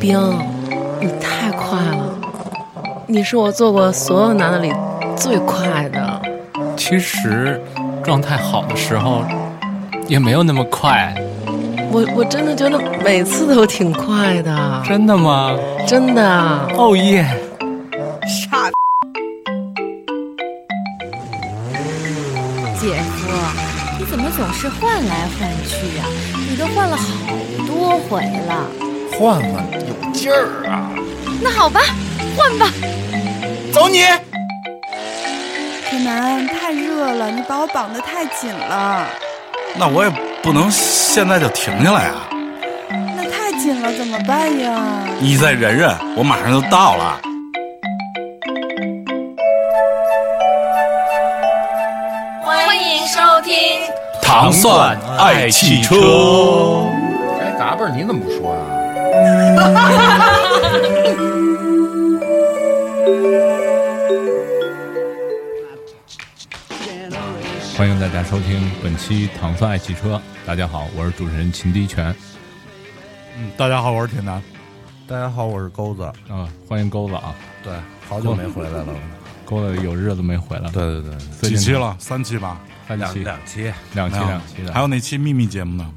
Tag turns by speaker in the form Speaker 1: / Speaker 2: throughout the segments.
Speaker 1: 冰，你太快了，你是我做过所有男的里最快的。
Speaker 2: 其实状态好的时候也没有那么快，
Speaker 1: 我我真的觉得每次都挺快的，
Speaker 2: 真的吗？
Speaker 1: 真的。
Speaker 2: 哦耶！
Speaker 3: 傻逼，
Speaker 4: 姐夫，你怎么总是换来换去呀、你都换了好多回了。
Speaker 5: 换换有劲儿啊！
Speaker 4: 那好吧，换吧。
Speaker 5: 走你！
Speaker 3: 铁男太热了，你把我绑得太紧了，
Speaker 5: 那我也不能现在就停下来啊！
Speaker 3: 那太紧了怎么办呀？
Speaker 5: 你再忍忍，我马上就到了。
Speaker 4: 欢迎收听。
Speaker 5: 糖蒜爱汽车，
Speaker 6: 哎，嘎巴儿，你怎么不说啊？
Speaker 7: 欢迎大家收听本期《糖蒜爱汽车》。大家好，我是主持人秦迪全。
Speaker 8: 嗯，大家好，我是铁男。
Speaker 6: 大家好，我是钩子。
Speaker 7: 啊、欢迎钩子啊！
Speaker 6: 对，好久没回 来了。
Speaker 7: 钩子有日子没回来了，
Speaker 6: 对对对，
Speaker 7: 最近
Speaker 8: 几期了？三期吧。
Speaker 7: 三期，两
Speaker 6: 两期。
Speaker 7: 期，
Speaker 8: 没有
Speaker 7: 两期的。
Speaker 8: 还有那期秘密节目呢。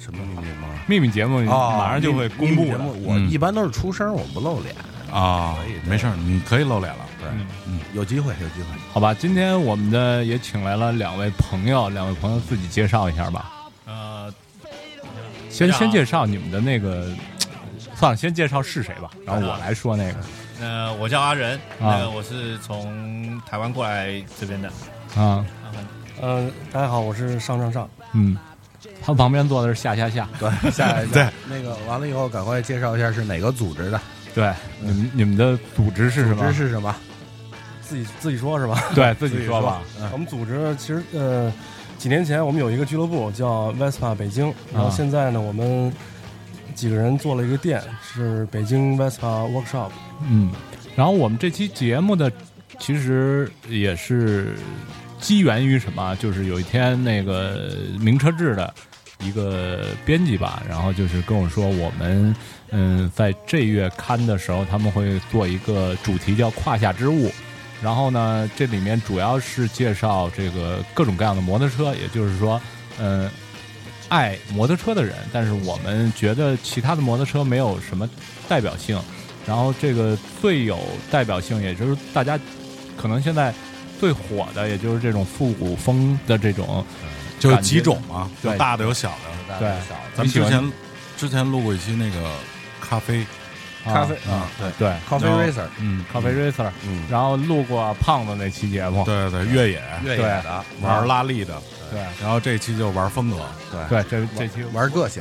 Speaker 6: 什么秘密吗？
Speaker 7: 秘密节目
Speaker 6: 哦
Speaker 7: 马上就会公布嗯
Speaker 6: 节
Speaker 7: 了。
Speaker 6: 目我一般都是出声，我不露脸。
Speaker 8: 啊
Speaker 6: 可以的，
Speaker 8: 没事儿，你可以露脸了。
Speaker 6: 对，嗯，有机会，有机会。
Speaker 7: 好吧，今天我们的也请来了两位朋友，两位朋友自己介绍一下吧。
Speaker 2: 呃，
Speaker 7: 先
Speaker 2: 大家好
Speaker 7: 先介绍你们的那个，算了，先介绍是谁吧，然后我来说那个
Speaker 2: 呃，我叫阿仁，
Speaker 7: 啊
Speaker 2: 那个我是从台湾过来这边的。
Speaker 7: 啊，
Speaker 9: 嗯、大家好，我是上上上。
Speaker 7: 嗯，他旁边坐的是夏夏夏，
Speaker 6: 对， 下来
Speaker 8: 对
Speaker 6: 那个完了以后，赶快介绍一下是哪个组织的，
Speaker 7: 对，你们你们的组织是什
Speaker 6: 组织
Speaker 7: 么？
Speaker 6: 是什么？
Speaker 9: 自己自己说是吧？
Speaker 7: 对自己说吧，
Speaker 9: 我们组织其实呃，几年前我们有一个俱乐部叫 Vespa 北京，然后现在呢，我们几个人做了一个店，是北京 Vespa Workshop。
Speaker 7: 嗯，然后我们这期节目的其实也是机缘于什么啊？就是有一天那个名车志的一个呃编辑吧，然后就是跟我说，我们嗯在这月刊的时候，他们会做一个主题叫“胯下之物”。然后呢，这里面主要是介绍这个各种各样的摩托车，也就是说，嗯，爱摩托车的人，但是我们觉得其他的摩托车没有什么代表性。然后这个最有代表性，也就是大家可能现在最火的，也就是这种复古风的这种，
Speaker 8: 就是几种嘛，
Speaker 7: 对
Speaker 8: 有大的有小的。
Speaker 7: 对，
Speaker 8: 咱们之前之前录过一期那个咖啡
Speaker 6: 咖啡
Speaker 8: 啊，
Speaker 7: 对，
Speaker 6: Coffee
Speaker 8: 然后
Speaker 6: Racer，
Speaker 8: 嗯，
Speaker 7: 咖啡 racer，
Speaker 6: 嗯，
Speaker 7: 然后路过胖子那期节目，
Speaker 8: 对对，越野
Speaker 6: 越野的，
Speaker 8: 玩拉力的，
Speaker 7: 啊对
Speaker 8: 然后这期就玩风格。
Speaker 7: 对，这这期
Speaker 6: 嗯玩个性，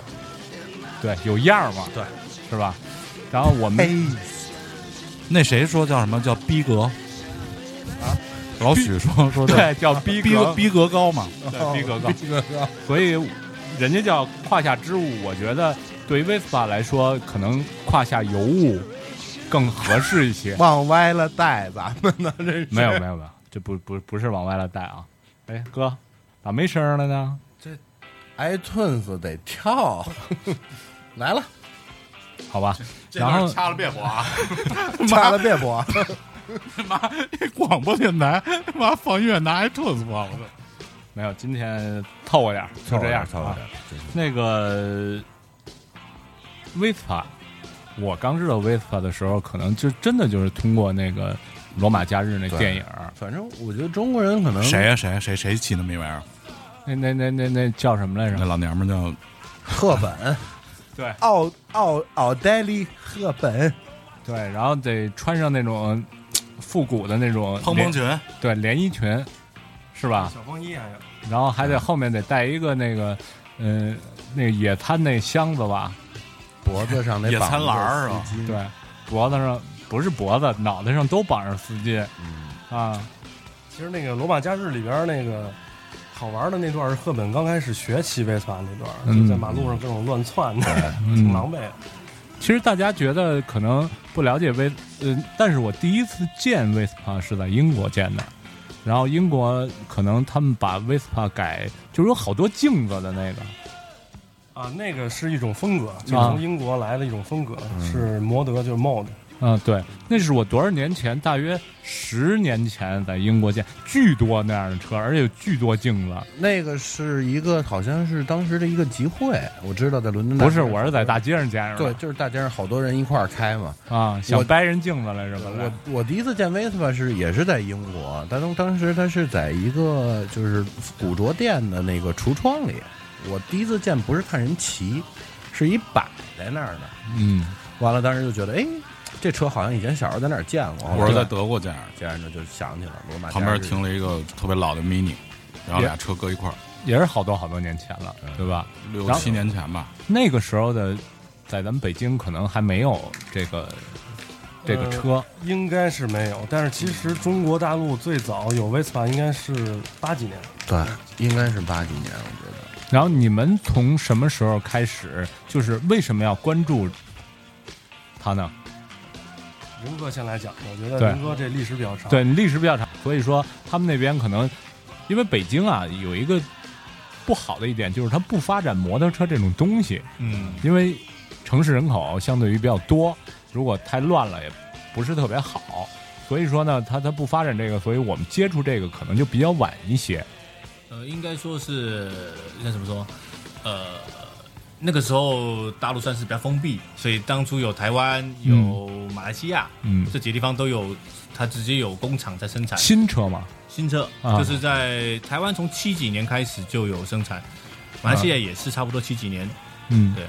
Speaker 7: 对有样儿嘛，
Speaker 6: 对，
Speaker 7: 是吧？然后我们
Speaker 8: 那谁说叫什么叫逼格？啊，老许说说
Speaker 7: 啊对叫逼
Speaker 8: 逼
Speaker 7: 格
Speaker 8: 逼格高嘛，
Speaker 7: 对逼格高，所以人家叫胯下之物，我觉得对于 Vespa 来说，可能胯下尤物更合适一些。
Speaker 6: 忘歪了带，咱们呢这 是
Speaker 7: 没有没有没有，这不不不是往外了带啊！哎，哥，咋没声儿了呢？
Speaker 6: iTunes 得 跳，来了，
Speaker 7: 好吧，然后
Speaker 8: 掐了别火啊！
Speaker 6: 掐了别播。
Speaker 8: 广播电台妈放音乐拿 iTunes 放了。
Speaker 7: 没有，今天凑合点儿， 就这样
Speaker 6: 凑合
Speaker 7: 啊
Speaker 6: 点。
Speaker 7: 那个 Vespa，我刚知道 Vespa 的时候，可能就真的就是通过那个《罗马假日》那
Speaker 6: 对
Speaker 7: 电影儿，
Speaker 6: 反正我觉得中国人可
Speaker 7: 嗯
Speaker 6: 能
Speaker 8: 谁呀、谁呀、谁谁起那么一玩意儿？
Speaker 7: 那那那那那叫什么来
Speaker 8: 那
Speaker 7: 着？
Speaker 8: 老娘们儿
Speaker 6: 赫本，
Speaker 7: 对
Speaker 6: 奥奥奥黛丽赫本，
Speaker 7: 对，然后得穿上那种嘖复古的那种
Speaker 8: 叫蓬
Speaker 7: 连
Speaker 8: 蓬裙，
Speaker 7: 对连衣裙，是吧？
Speaker 9: 小风衣还有
Speaker 7: 然后还得后面得带一个那个，嗯、那个野餐那箱子吧？
Speaker 6: 脖子上那
Speaker 8: 野餐篮儿
Speaker 6: 绑着
Speaker 9: 嗯
Speaker 6: 丝巾，
Speaker 7: 对，脖子上不是脖子，脑袋上都绑着丝巾
Speaker 6: 嗯
Speaker 7: 啊。
Speaker 9: 其实那个《罗马假日》里边那个好玩的那段是赫本刚开始学骑 Vespa 那段，
Speaker 7: 嗯
Speaker 9: 就在马路上各种乱窜，挺狼狈的。
Speaker 7: 其实大家觉得可能不了解威，呃，但是我第一次见 Vespa 是在英国见的。然后英国可能他们把 Vespa 改，就是有好多镜子的那个，
Speaker 9: 啊，那个是一种风格，就是从英国来的一种风格，是摩德，就是 mod。
Speaker 7: 嗯，对，那是我多少年前，大约十年前在英国见巨多那样的车，而且有巨多镜子。
Speaker 6: 那个是一个好像是当时的一个集会，我知道在伦敦大
Speaker 7: 不
Speaker 6: 街。
Speaker 7: 是，我是在大街上见着
Speaker 6: 对，
Speaker 7: 的。
Speaker 6: 就是大街上好多人一块儿开嘛。
Speaker 7: 啊，想掰人镜子来着吧？
Speaker 6: 我我第一次见 Vespa 是也是在英国，但当当时它是在一个就是古着店的那个橱窗里，我第一次见不是看人骑，是一摆在那儿的。
Speaker 7: 嗯，
Speaker 6: 完了，当时就觉得，哎，这车好像以前小时候在哪儿见过。
Speaker 5: 我是在德国见着的，
Speaker 6: 这样就就想起了罗马
Speaker 5: 旁边
Speaker 6: 假日
Speaker 5: 停了一个特别老的 mini，然后俩车搁一块儿，
Speaker 7: 也是好多好多年前了，对吧？
Speaker 5: 六
Speaker 7: 然后
Speaker 5: 七年前吧。
Speaker 7: 那个时候的，在咱们北京可能还没有这个这个车，
Speaker 9: 应该是没有，但是其实中国大陆最早有 Vespa 应该是八几年，
Speaker 6: 对，应该是八几年，我觉得。
Speaker 7: 然后你们从什么时候开始，就是为什么要关注它呢？
Speaker 9: 仁哥先来讲，我觉得
Speaker 7: 对
Speaker 9: 仁哥这历史比较长。
Speaker 7: 对，历史比较长，所以说他们那边可能因为北京啊有一个不好的一点，就是它不发展摩托车这种东西，
Speaker 8: 嗯，
Speaker 7: 因为城市人口相对于比较多，如果太乱了也不是特别好。所以说呢，它它不发展这个，所以我们接触这个可能就比较晚一些。
Speaker 10: 呃，应该说是那怎么说？呃，那个时候大陆算是比较封闭，所以当初有台湾、有马来西亚，
Speaker 7: 嗯
Speaker 10: 这几个地方都有，它直接有工厂在生产
Speaker 7: 新车嘛，
Speaker 10: 新车，
Speaker 7: 啊
Speaker 10: 就是在台湾从七几年开始就有生产，马来西亚也是差不多七几年。
Speaker 7: 嗯，
Speaker 10: 对。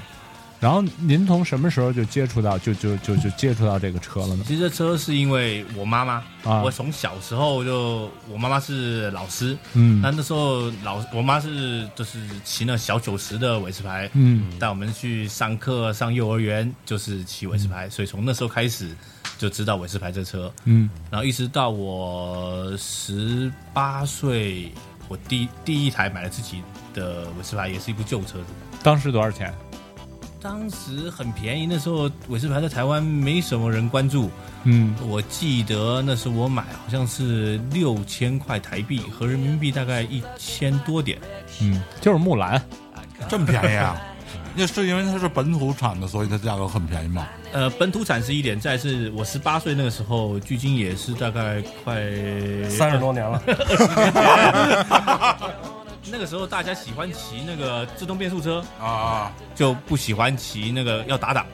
Speaker 7: 然后您从什么时候就接触到就就就就接触到这个车了呢？
Speaker 10: 其实这车是因为我妈妈，
Speaker 7: 啊
Speaker 10: 我从小时候就我妈妈是老师，
Speaker 7: 嗯
Speaker 10: 那那时候老我妈是就是骑那小九十的尾气牌，
Speaker 7: 嗯，
Speaker 10: 带我们去上课上幼儿园就是骑尾气牌，所以从那时候开始就知道尾气牌这车，
Speaker 7: 嗯
Speaker 10: 然后一直到我十八岁，我第第一台买了自己的尾气牌，也是一部旧车子。
Speaker 7: 当时多少钱？
Speaker 10: 当时很便宜，那时候尾气牌在台湾没什么人关注，
Speaker 7: 嗯
Speaker 10: 我记得那时我买好像是六千块台币，合人民币大概一千多点。
Speaker 7: 嗯，就是木兰，
Speaker 8: 这么便宜啊？那是因为它是本土产的，所以它价格很便宜嘛。
Speaker 10: 呃，本土产是一点，再是我十八岁那个时候，距今也是大概快
Speaker 9: 三十多 年了，
Speaker 10: 那个时候大家喜欢骑那个自动变速车，
Speaker 5: 啊，
Speaker 10: 就不喜欢骑那个要打档，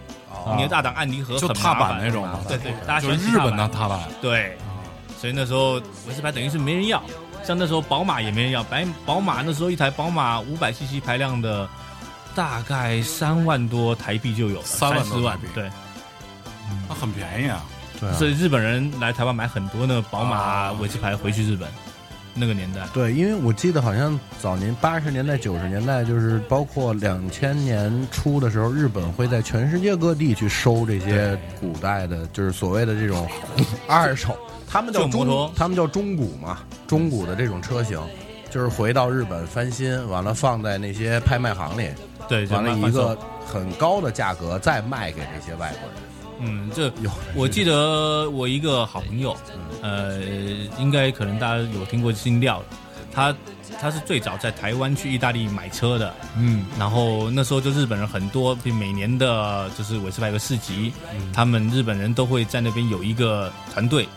Speaker 10: 你要打档按离合
Speaker 5: 就
Speaker 10: 很
Speaker 5: 踏
Speaker 10: 麻
Speaker 5: 板
Speaker 10: 烦
Speaker 5: 那种嘛
Speaker 10: 对对，大家喜
Speaker 8: 就是
Speaker 10: 欢骑
Speaker 8: 日本
Speaker 10: 踏
Speaker 8: 的
Speaker 10: 板
Speaker 8: 踏板，
Speaker 10: 对，
Speaker 5: 啊
Speaker 10: 所以那时候维斯牌等于是没人要，像那时候宝马也没人要，白宝马那时候一台宝马五百 cc 排量的，大概三万多台币就有了，
Speaker 5: 三
Speaker 10: 三
Speaker 5: 万
Speaker 10: 十
Speaker 5: 多台
Speaker 10: 万
Speaker 5: 币
Speaker 10: 对，
Speaker 5: 那很便宜啊。
Speaker 6: 对、啊
Speaker 10: 所，以日本人来台湾买很多那个宝
Speaker 5: 啊
Speaker 10: 马维斯牌回去日本，那个年代
Speaker 6: 对，啊因为我记得好像早年八十年代、九十年代，就是包括两千年初的时候，日本会在全世界各地去收这些古代的，就是所谓的这种 二手，他们叫
Speaker 10: 旧
Speaker 6: 中
Speaker 10: 摩托，
Speaker 6: 他们叫中古嘛，中古的这种车型，就是回到日本翻新，完了放在那些拍卖行里，
Speaker 10: 对，就
Speaker 6: 完了
Speaker 10: 慢
Speaker 6: 一
Speaker 10: 慢
Speaker 6: 个
Speaker 10: 走
Speaker 6: 很高的价格再卖给这些外国人。
Speaker 10: 嗯，这
Speaker 6: 有，
Speaker 10: 我记得我一个好朋友，呃，应该可能大家有听过金料，他他是最早在台湾去意大利买车的，
Speaker 7: 嗯
Speaker 10: 然后那时候就日本人很多，比每年的就是韦斯派有个市集，他们日本人都会在那边有一个团队，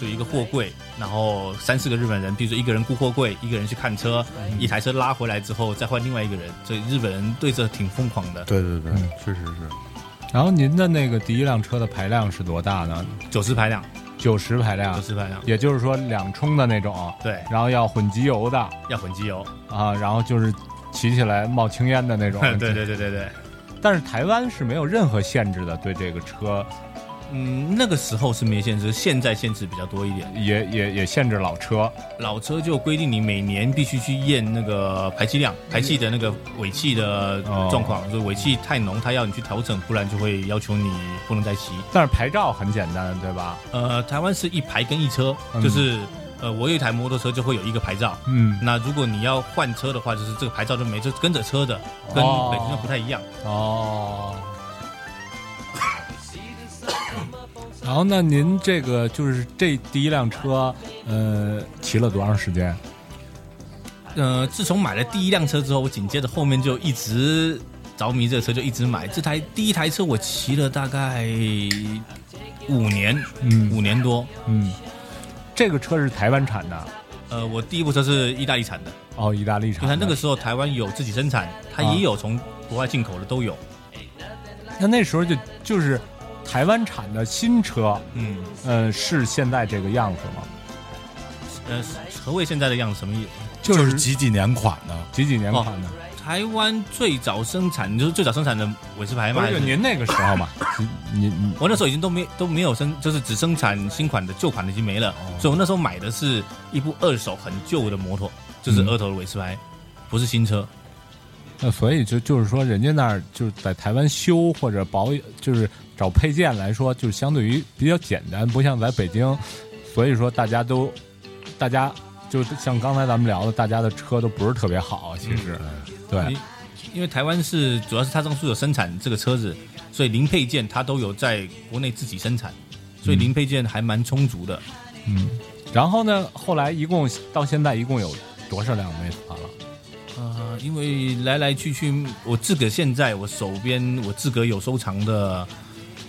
Speaker 10: 就一个货柜，然后三四个日本人，比如说一个人雇货柜，一个人去看车，一台车拉回来之后再换另外一个人，所以日本人对这挺疯狂的。
Speaker 6: 对对对，确实是。
Speaker 7: 嗯然后您的那个第一辆车的排量是多大呢？
Speaker 10: 九十排量，
Speaker 7: 九十排量
Speaker 10: 九，十排量，
Speaker 7: 也就是说两冲的那种，
Speaker 10: 对，
Speaker 7: 然后要混机油的
Speaker 10: 要混机 油。
Speaker 7: 啊，然后就是骑起来冒青烟的那 种。
Speaker 10: 对对对对对，
Speaker 7: 但是台湾是没有任何限制的，对这个车
Speaker 10: 嗯，那个时候是没限制，现在限制比较多一点。
Speaker 7: 也也也限制老车。
Speaker 10: 老车就规定你每年必须去验那个排气量、排气的那个尾气的
Speaker 7: 哦
Speaker 10: 状况，就尾气太浓，它要你去调整，不然就会要求你不能再骑。
Speaker 7: 但是牌照很简单，对吧？
Speaker 10: 呃，台湾是一排跟一车，
Speaker 7: 嗯
Speaker 10: 就是呃，我有一台摩托车就会有一个牌照。
Speaker 7: 嗯，
Speaker 10: 那如果你要换车的话，就是这个牌照就没，就跟着车的，跟
Speaker 7: 哦
Speaker 10: 北京的不太一样。
Speaker 7: 哦。然后，那您这个就是这第一辆车，呃，骑了多长时间？
Speaker 10: 呃，自从买了第一辆车之后，我紧接着后面就一直着迷这个车，就一直买。这台第一台车我骑了大概五年，
Speaker 7: 嗯
Speaker 10: 五年多。
Speaker 7: 嗯，这个车是台湾产的，
Speaker 10: 呃，我第一部车是意大利产的，
Speaker 7: 哦，意大利
Speaker 10: 你
Speaker 7: 产的。
Speaker 10: 看那个时候台湾有自己生产，它
Speaker 7: 啊
Speaker 10: 也有从国外进口的都有。
Speaker 7: 那那时候就就是台湾产的新车，
Speaker 10: 嗯，
Speaker 7: 呃，是现在这个样子吗？
Speaker 10: 呃，何谓现在的样子？什么意思？
Speaker 7: 就
Speaker 8: 就是
Speaker 7: 是
Speaker 8: 几几年款的，哦
Speaker 7: 几几年款的？
Speaker 10: 台湾最早生产，你说最早生产的韦斯牌
Speaker 7: 不
Speaker 10: 吗？
Speaker 7: 是就您那个时候 嘛？几您您
Speaker 10: 我那时候已经都没都没有生，就是只生产新款的，旧款的已经没了。所以我那时候买的是一部二手很旧的摩托，就是
Speaker 7: 嗯
Speaker 10: 二头的韦斯牌，不是新车。
Speaker 7: 那所以就就是说，人家那儿就是在台湾修或者保养，就是找配件来说，就是相对于比较简单，不像在北京，所以说大家都，大家就像刚才咱们聊的，大家的车都不是特别好，
Speaker 8: 嗯
Speaker 7: 其实，对
Speaker 10: 你，因为台湾是主要是它当初有生产这个车子，所以零配件它都有在国内自己生产，所以零配件还蛮充足的。
Speaker 7: 嗯。然后呢，后来一共到现在一共有多少辆 Vespa 了？
Speaker 10: 呃，因为来来去去，我自个现在我手边我自个有收藏的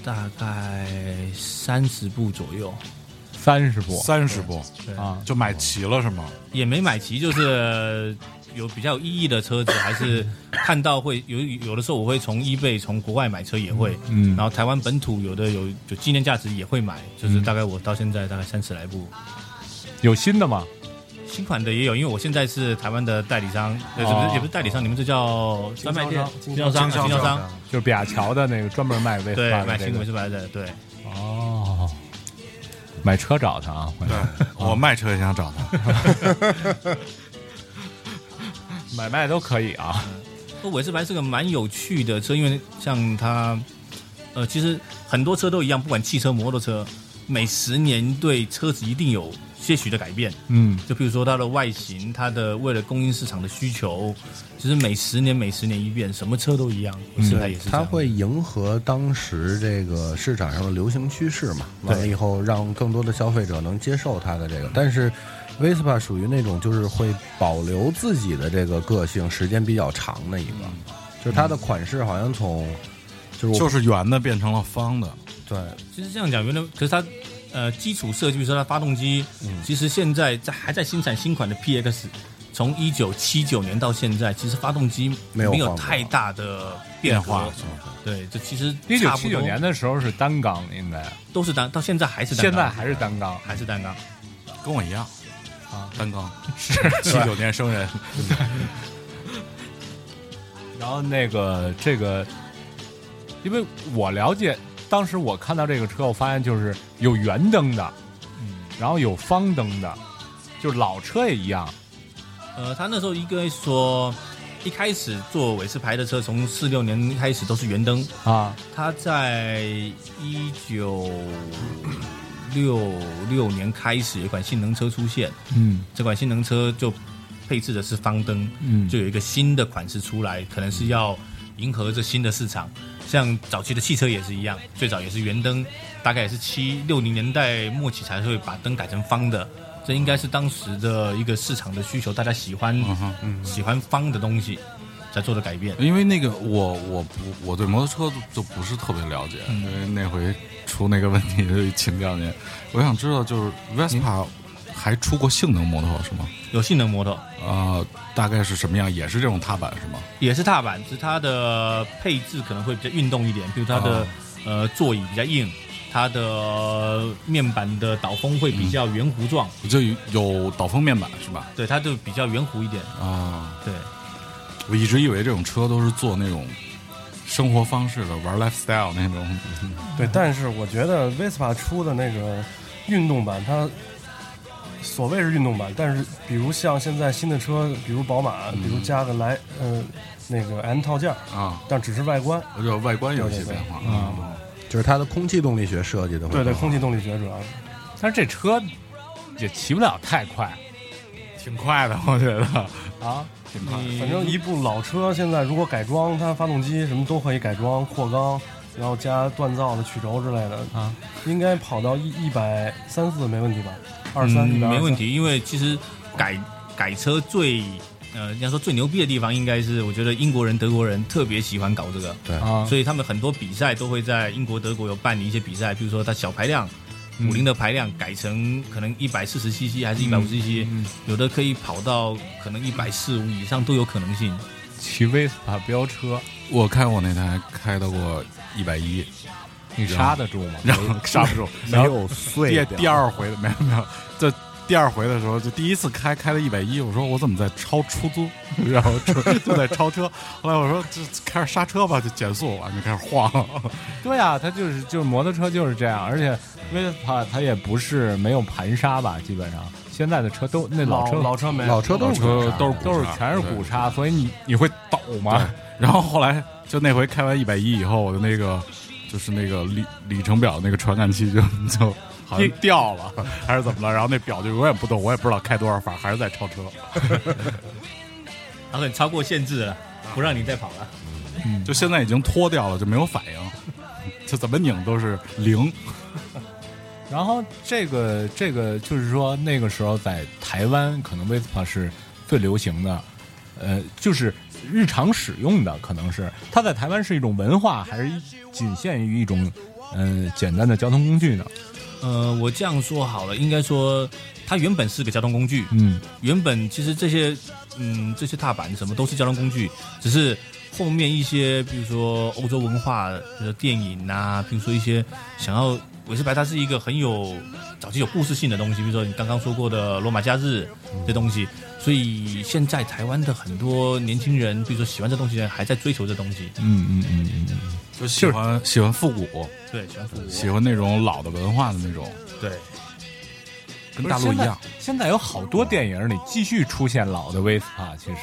Speaker 10: 大概三十部左右，
Speaker 7: 三十部
Speaker 8: 三十部
Speaker 7: 啊，
Speaker 8: 就买齐了是吗？
Speaker 10: 也没买齐，就是呃有比较有意义的车子，还是看到会有有的时候我会从 eBay 从国外买车也会，
Speaker 7: 嗯
Speaker 10: 然后台湾本土有的有有纪念价值也会买，就是大概我到现在大概三十来部。
Speaker 7: 有新的吗？
Speaker 10: 新款的也有，因为我现在是台湾的代理商，呃，
Speaker 7: 哦
Speaker 10: 这不是也不是代理商，你们这叫专卖店、
Speaker 9: 经
Speaker 10: 经
Speaker 9: 销
Speaker 10: 销
Speaker 9: 商
Speaker 10: 商、经销商，
Speaker 7: 就是比亚乔的那个专门卖 Vespa
Speaker 10: 对，
Speaker 7: 的
Speaker 10: 买
Speaker 7: 这
Speaker 10: 新
Speaker 7: 个啊
Speaker 10: 款是白的，对，
Speaker 7: 哦，买车找他啊，回
Speaker 8: 对
Speaker 7: 来，
Speaker 8: 我卖车也想找他。
Speaker 7: 买卖都可以啊。
Speaker 10: 那韦斯牌是个蛮有趣的车，因为像它，呃，其实很多车都一样，不管汽车、摩托车，每十年对车子一定有些许的改变。
Speaker 7: 嗯
Speaker 10: 就比如说它的外形，它的为了供应市场的需求，其实每十年每十年一变，什么车都一样。韦斯牌也是这
Speaker 6: 嗯它
Speaker 10: 样。
Speaker 6: 会迎合当时这个市场上的流行趋势嘛？完了以后，让更多的消费者能接受它的这个。但是，Vespa 属于那种就是会保留自己的这个个性，时间比较长的一个，
Speaker 7: 嗯
Speaker 6: 就是它的款式好像从就是我
Speaker 8: 就是圆的变成了方的，
Speaker 6: 对
Speaker 10: 其实这样讲，原来可是它呃基础设计，比如说它发动机，
Speaker 6: 嗯
Speaker 10: 其实现在在还在生产新款的 PX，从一九七九年到现在，其实发动机
Speaker 6: 没有换
Speaker 10: 没有
Speaker 6: 过
Speaker 10: 太大的
Speaker 8: 变
Speaker 10: 变
Speaker 8: 化
Speaker 10: 化。对，这其实
Speaker 7: 一九
Speaker 10: 差不
Speaker 7: 七
Speaker 10: 多
Speaker 7: 九年的时候是单缸，应该
Speaker 10: 都是单，到现在还是单
Speaker 7: 现
Speaker 10: 缸
Speaker 7: 在还是单缸。
Speaker 10: 还是单缸。
Speaker 8: 跟我一样
Speaker 7: 啊，
Speaker 8: 单缸是七九年生人，
Speaker 7: 然后那个这个，因为我了解，当时我看到这个车，我发现就是有圆灯的，
Speaker 8: 嗯
Speaker 7: 然后有方灯的，就是老车也一样。
Speaker 10: 呃，他那时候应该说。一开始做韦斯牌的车，从四六年开始都是圆灯。
Speaker 7: 啊，
Speaker 10: 他在一九六六年开始有一款性能车出现，
Speaker 7: 嗯
Speaker 10: 这款性能车就配置的是方灯，
Speaker 7: 嗯
Speaker 10: 就有一个新的款式出来，可能是要迎合这新的市场。像早期的汽车也是一样，最早也是圆灯，大概也是七六零年代末期才会把灯改成方的。这应该是当时的一个市场的需求，大家喜欢、
Speaker 7: 嗯
Speaker 10: 喜欢方的东西，才做的改变。
Speaker 8: 因为那个我我不我对摩托车就不是特别了解，因为那回出那个问题就请教您，我想知道就是 Vespa 还出过性能摩托是吗？
Speaker 10: 有性能摩托
Speaker 8: 呃，大概是什么样？也是这种踏板是吗？
Speaker 10: 也是踏板，只是它的配置可能会比较运动一点，比如它的、
Speaker 8: 哦
Speaker 10: 呃座椅比较硬，它的面板的导风会比较圆弧状。
Speaker 8: 就有导风面板是吧？
Speaker 10: 对，它就比较圆弧一点。
Speaker 8: 啊，
Speaker 10: 对，
Speaker 8: 我一直以为这种车都是做那种生活方式的，玩 lifestyle 那种。
Speaker 9: 对，但是我觉得 Vespa 出的那个运动版，它所谓是运动版，但是比如像现在新的车，比如宝马，比如加个来呃那个 M 套件儿，
Speaker 8: 啊，
Speaker 9: 但只是外观，
Speaker 8: 我就外观有一些变化啊。
Speaker 6: 就是它的空气动力学设计的会
Speaker 9: 对
Speaker 6: 更
Speaker 9: 对，
Speaker 6: 好
Speaker 9: 空气动力学主要是。
Speaker 7: 但是这车也骑不了太快
Speaker 8: 挺快的，我觉得。
Speaker 7: 啊。
Speaker 9: 嗯反正一部老车现在如果改装，它发动机什么都可以改装扩缸，然后加锻造的曲轴之类的
Speaker 7: 啊，
Speaker 9: 应该跑到一一百嗯
Speaker 10: 嗯
Speaker 9: 三四没问题吧？二三一百
Speaker 10: 没问。题，因为其实改改车最呃，应该说最牛逼的地方，应该是我觉得英国人、德国人特别喜欢搞这个，
Speaker 6: 对
Speaker 7: 啊
Speaker 10: 所以他们很多比赛都会在英国、德国有办理一些比赛，比如说它小排量。五菱的排量改成可能一百四十 cc 还是一百五十 cc，有的可以跑到可能一百四五以上都有可能性。
Speaker 7: 骑
Speaker 8: 啊
Speaker 7: Vespa 飙车，
Speaker 8: 我开我那台开到过一百一，
Speaker 7: 你刹得住吗？
Speaker 8: 然后 刹不住，
Speaker 6: 没
Speaker 8: 然后
Speaker 6: 有碎
Speaker 8: 第
Speaker 6: 掉。
Speaker 8: 第二回的没有没有，就第二回的时候，就第一次开开了一百一，我说我怎么在超出租，然后就就在超车， 后来我说就开始刹车吧，就减速，完就开始晃，
Speaker 7: 对啊，它就是就是摩托车就是这样，而且 Vespa 它也不是没有盘刹吧，基本上现在的车都那老
Speaker 9: 老
Speaker 7: 车
Speaker 9: 老车没有
Speaker 6: 老车都是
Speaker 7: 都都
Speaker 6: 鼓刹
Speaker 7: 是
Speaker 8: 刹
Speaker 7: 都是全是鼓刹，所以你你会抖吗？
Speaker 8: 然后后来就那回开完一百一以后，我的那个就是那个里里程表那个传感器就 就好像掉了，还是怎么了？然后那表就永远不动，我也不知道开多少法，还是在超车，
Speaker 10: 然后你超过限制了，不让你再跑了。
Speaker 8: 就现在已经脱掉了，就没有反应，就怎么拧都是零。
Speaker 7: 然后这个这个就是说，那个时候在台湾，可能 Vespa 是最流行的，呃，就是日常使用的，可能是它在台湾是一种文化，还是仅限于一种呃简单的交通工具呢？
Speaker 10: 呃，我这样说好了，应该说它原本是个交通工具，
Speaker 7: 嗯，
Speaker 10: 原本其实这些，嗯，这些踏板什么都是交通工具，只是后面一些，比如说欧洲文化的电影啊，比如说一些想要韦斯白，它是一个很有早期有故事性的东西，比如说你刚刚说过的《罗马假日》这东西，所以现在台湾的很多年轻人，比如说喜欢这东西的人，还在追求这东西，
Speaker 7: 嗯嗯嗯嗯嗯，
Speaker 8: 就喜欢喜欢复古，
Speaker 10: 对，喜欢复古，
Speaker 8: 喜欢那种老的文化的那种，
Speaker 10: 对。
Speaker 8: 跟大陆一样。
Speaker 7: 现在。现在有好多电影里继续出现老的 Vespa，其实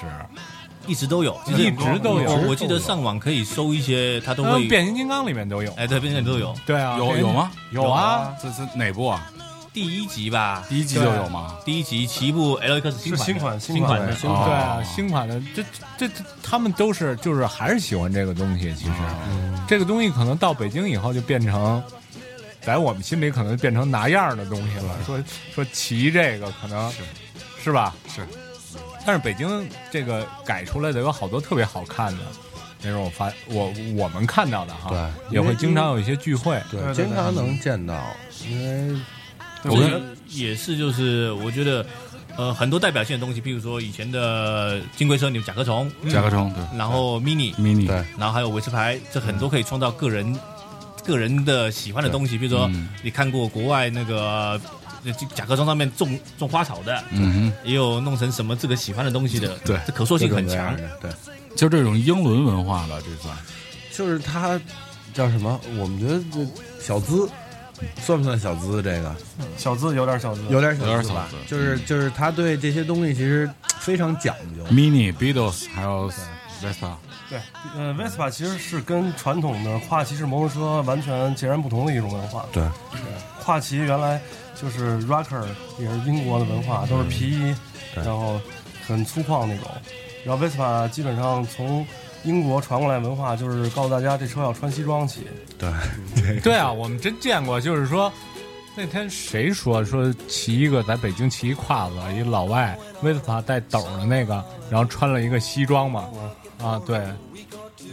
Speaker 10: 一直都有，
Speaker 7: 一直都有
Speaker 10: 我我记得上网可以搜一些，它都
Speaker 7: 嗯
Speaker 10: 会，
Speaker 7: 变形金刚里面都有。
Speaker 10: 哎，对，变成都有。
Speaker 7: 对啊，
Speaker 8: 有
Speaker 7: 变形
Speaker 8: 有吗？
Speaker 7: 有啊，
Speaker 8: 这是哪部啊？
Speaker 10: 第一集吧，
Speaker 8: 第一集就有吗？
Speaker 10: 第一集骑一部 LX
Speaker 9: 是新
Speaker 10: 新款
Speaker 9: 款
Speaker 10: 的，
Speaker 9: 新
Speaker 10: 款
Speaker 9: 款
Speaker 10: 的，
Speaker 7: 对
Speaker 8: 哦
Speaker 7: 啊，新款的这这这，他们都是就是还是喜欢这个东西。其实、
Speaker 8: 哦
Speaker 7: 这个东西可能到北京以后就变成，在我们心里可能变成拿样儿的东西了。
Speaker 8: 嗯
Speaker 7: 说说骑这个可能是是吧？
Speaker 8: 是。
Speaker 7: 但是北京这个改出来的有好多特别好看的，那时候我发我我们看到的哈，
Speaker 6: 对
Speaker 7: 也会经常有一些聚会。
Speaker 6: 对，
Speaker 9: 对对
Speaker 6: 经常能见到，因为
Speaker 10: 我觉得也是，就是我觉得，呃，很多代表性的东西，譬如说以前的金龟车，你们甲壳虫，
Speaker 8: 甲壳虫对
Speaker 10: 然后 mini，
Speaker 8: ，mini
Speaker 6: 对
Speaker 10: 然后还有维持牌，这很多可以创造个人个人的喜欢的东西。比如说
Speaker 8: 嗯，
Speaker 10: 你看过国外那个呃甲壳虫上面种种花草的，
Speaker 8: 嗯
Speaker 10: 也有弄成什么自个喜欢的东西的，
Speaker 8: 对
Speaker 10: 这可塑性很强
Speaker 6: 各种各。样的对，
Speaker 8: 哼，就这种英伦文化吧，这算
Speaker 6: 就是他叫什么？我们觉得这小资算不算小资？啊这个
Speaker 9: 小资有点小资，
Speaker 6: 有点小
Speaker 8: 有点
Speaker 6: 资吧
Speaker 8: 小资嗯
Speaker 6: 就是就是他对这些东西其实非常讲究。
Speaker 8: mini Beatles 还有 Vesta，
Speaker 9: 对，呃，Vespa 其实是跟传统的跨骑式摩托车完全截然不同的一种文化。
Speaker 6: 对，
Speaker 9: 跨骑原来就是 rocker，也是英国的文化，都是皮衣，然后很粗犷那种。然后 Vespa 基本上从英国传过来文化，就是告诉大家这车要穿西装骑。
Speaker 7: 对啊，我们真见过，就是说那天谁说说骑一个在北京骑一胯子，一老外 Vespa 带斗的那个，然后穿了一个西装嘛，啊对，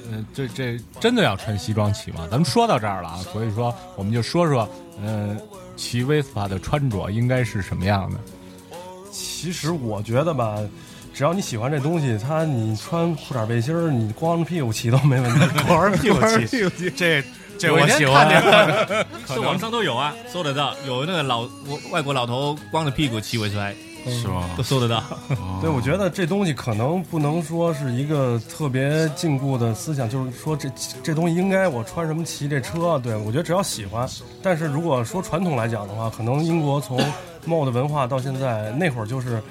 Speaker 7: 嗯、这这真的要穿西装骑吗？咱们说到这儿了啊，所以说我们就说说，嗯、骑 Vespa 的穿着应该是什么样的？
Speaker 9: 其实我觉得吧。只要你喜欢这东西，它你穿裤衩背心儿，你光着屁股骑都没问题。 光着屁股骑，
Speaker 8: 这这
Speaker 7: 我喜欢
Speaker 10: 这网上都有啊，搜得到，有那个老我外国老头光着屁股骑维斯牌，
Speaker 8: 是吗
Speaker 10: 都？搜得到。
Speaker 9: 对，我觉得这东西可能不能说是一个特别禁锢的思想，就是说这这东西应该我穿什么骑这车，啊对我觉得只要喜欢。但是如果说传统来讲的话，可能英国从 mod 文化到现在那会儿，就是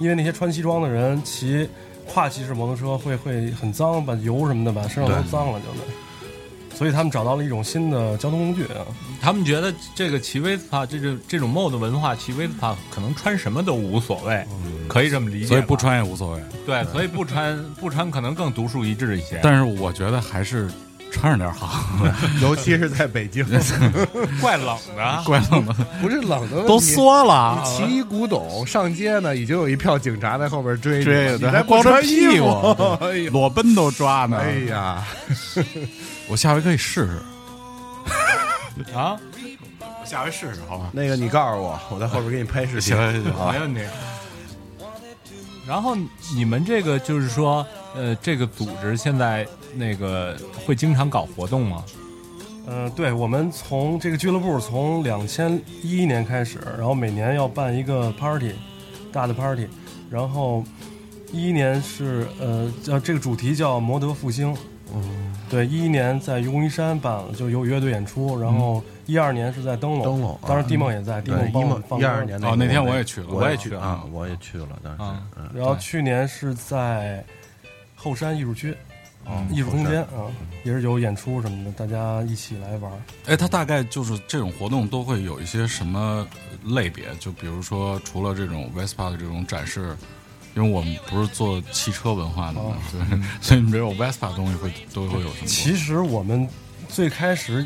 Speaker 9: 因为那些穿西装的人骑跨骑式摩托车会会很脏，把油什么的把身上都脏了，就是。所以他们找到了一种新的交通工具啊，
Speaker 7: 他们觉得这个骑 Vespa 这种这种 mod 文化，骑 Vespa 可能穿什么都无所谓，可嗯以这么理解吧，
Speaker 8: 所以不穿也无所谓。
Speaker 7: 对，所以不穿不穿可能更独树一帜一些。
Speaker 8: 但是我觉得还是穿上点好，
Speaker 6: 尤其是在 北京，
Speaker 8: 怪冷的，怪冷的，
Speaker 6: 不是冷的问题
Speaker 8: 都缩了，
Speaker 6: 奇异古董上街呢，已经有一票警察在后边追你
Speaker 8: 追
Speaker 6: 你
Speaker 8: 的
Speaker 6: 还
Speaker 8: 还
Speaker 6: 不
Speaker 8: 光着
Speaker 6: 穿衣
Speaker 8: 屁
Speaker 6: 服
Speaker 8: 股， 啊
Speaker 6: 哎呀，
Speaker 8: 裸奔都抓呢。
Speaker 6: 哎呀，
Speaker 8: 我下回可以试试，
Speaker 7: 啊，
Speaker 8: 我下回试试好吗？
Speaker 6: 那个你告诉我，我在后边给你拍视频
Speaker 8: 行行行
Speaker 6: 啊
Speaker 7: 没。问题。然后你们这个就是说，呃，这个组织现在那个会经常搞活动吗？
Speaker 9: 呃，对，我们从这个俱乐部从两千一一年开始，然后每年要办一个 party，大的 party，然后一一年是呃叫这个主题叫摩德复兴，嗯，对，一一年在愚公移山办了，就有乐队演出，然后一二年是在灯笼，
Speaker 6: 嗯灯笼啊
Speaker 9: 当时地梦也在，地
Speaker 6: 对
Speaker 9: 梦
Speaker 6: 一
Speaker 9: 帮我
Speaker 6: 梦
Speaker 9: 们放
Speaker 6: 一
Speaker 9: 歌
Speaker 6: 二年
Speaker 8: 哦那天我
Speaker 6: 我
Speaker 8: 也去了
Speaker 6: 我
Speaker 8: 我也去了
Speaker 6: 啊，我也去了，当时
Speaker 7: 啊
Speaker 6: 嗯
Speaker 9: 然后
Speaker 7: 对
Speaker 9: 去年是在后山艺术区，
Speaker 6: 嗯
Speaker 9: 艺术空间
Speaker 6: 后
Speaker 9: 啊，也是有演出什么的，大家一起来玩儿。
Speaker 8: 哎，它大概就是这种活动都会有一些什么类别？就比如说，除了这种 Vespa 的这种展示，因为我们不是做汽车文化的
Speaker 7: 哦
Speaker 8: 嘛，对，所以 你这种 Vespa 的东西会都会有什么？
Speaker 9: 其实我们最开始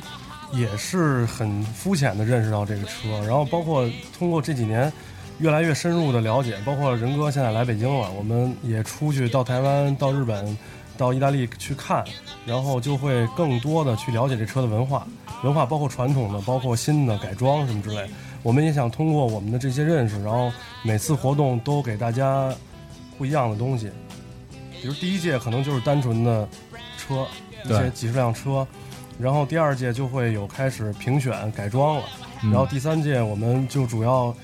Speaker 9: 也是很肤浅的认识到这个车，然后包括通过这几年越来越深入的了解，包括仁哥现在来北京了，我们也出去到台湾、到日本、到意大利去看，然后就会更多的去了解这车的文化，文化包括传统的，包括新的改装什么之类。我们也想通过我们的这些认识，然后每次活动都给大家不一样的东西。比如第一届可能就是单纯的车，一些
Speaker 7: 对
Speaker 9: 几十辆车，然后第二届就会有开始评选改装了，
Speaker 7: 嗯
Speaker 9: 然后第三届我们就主要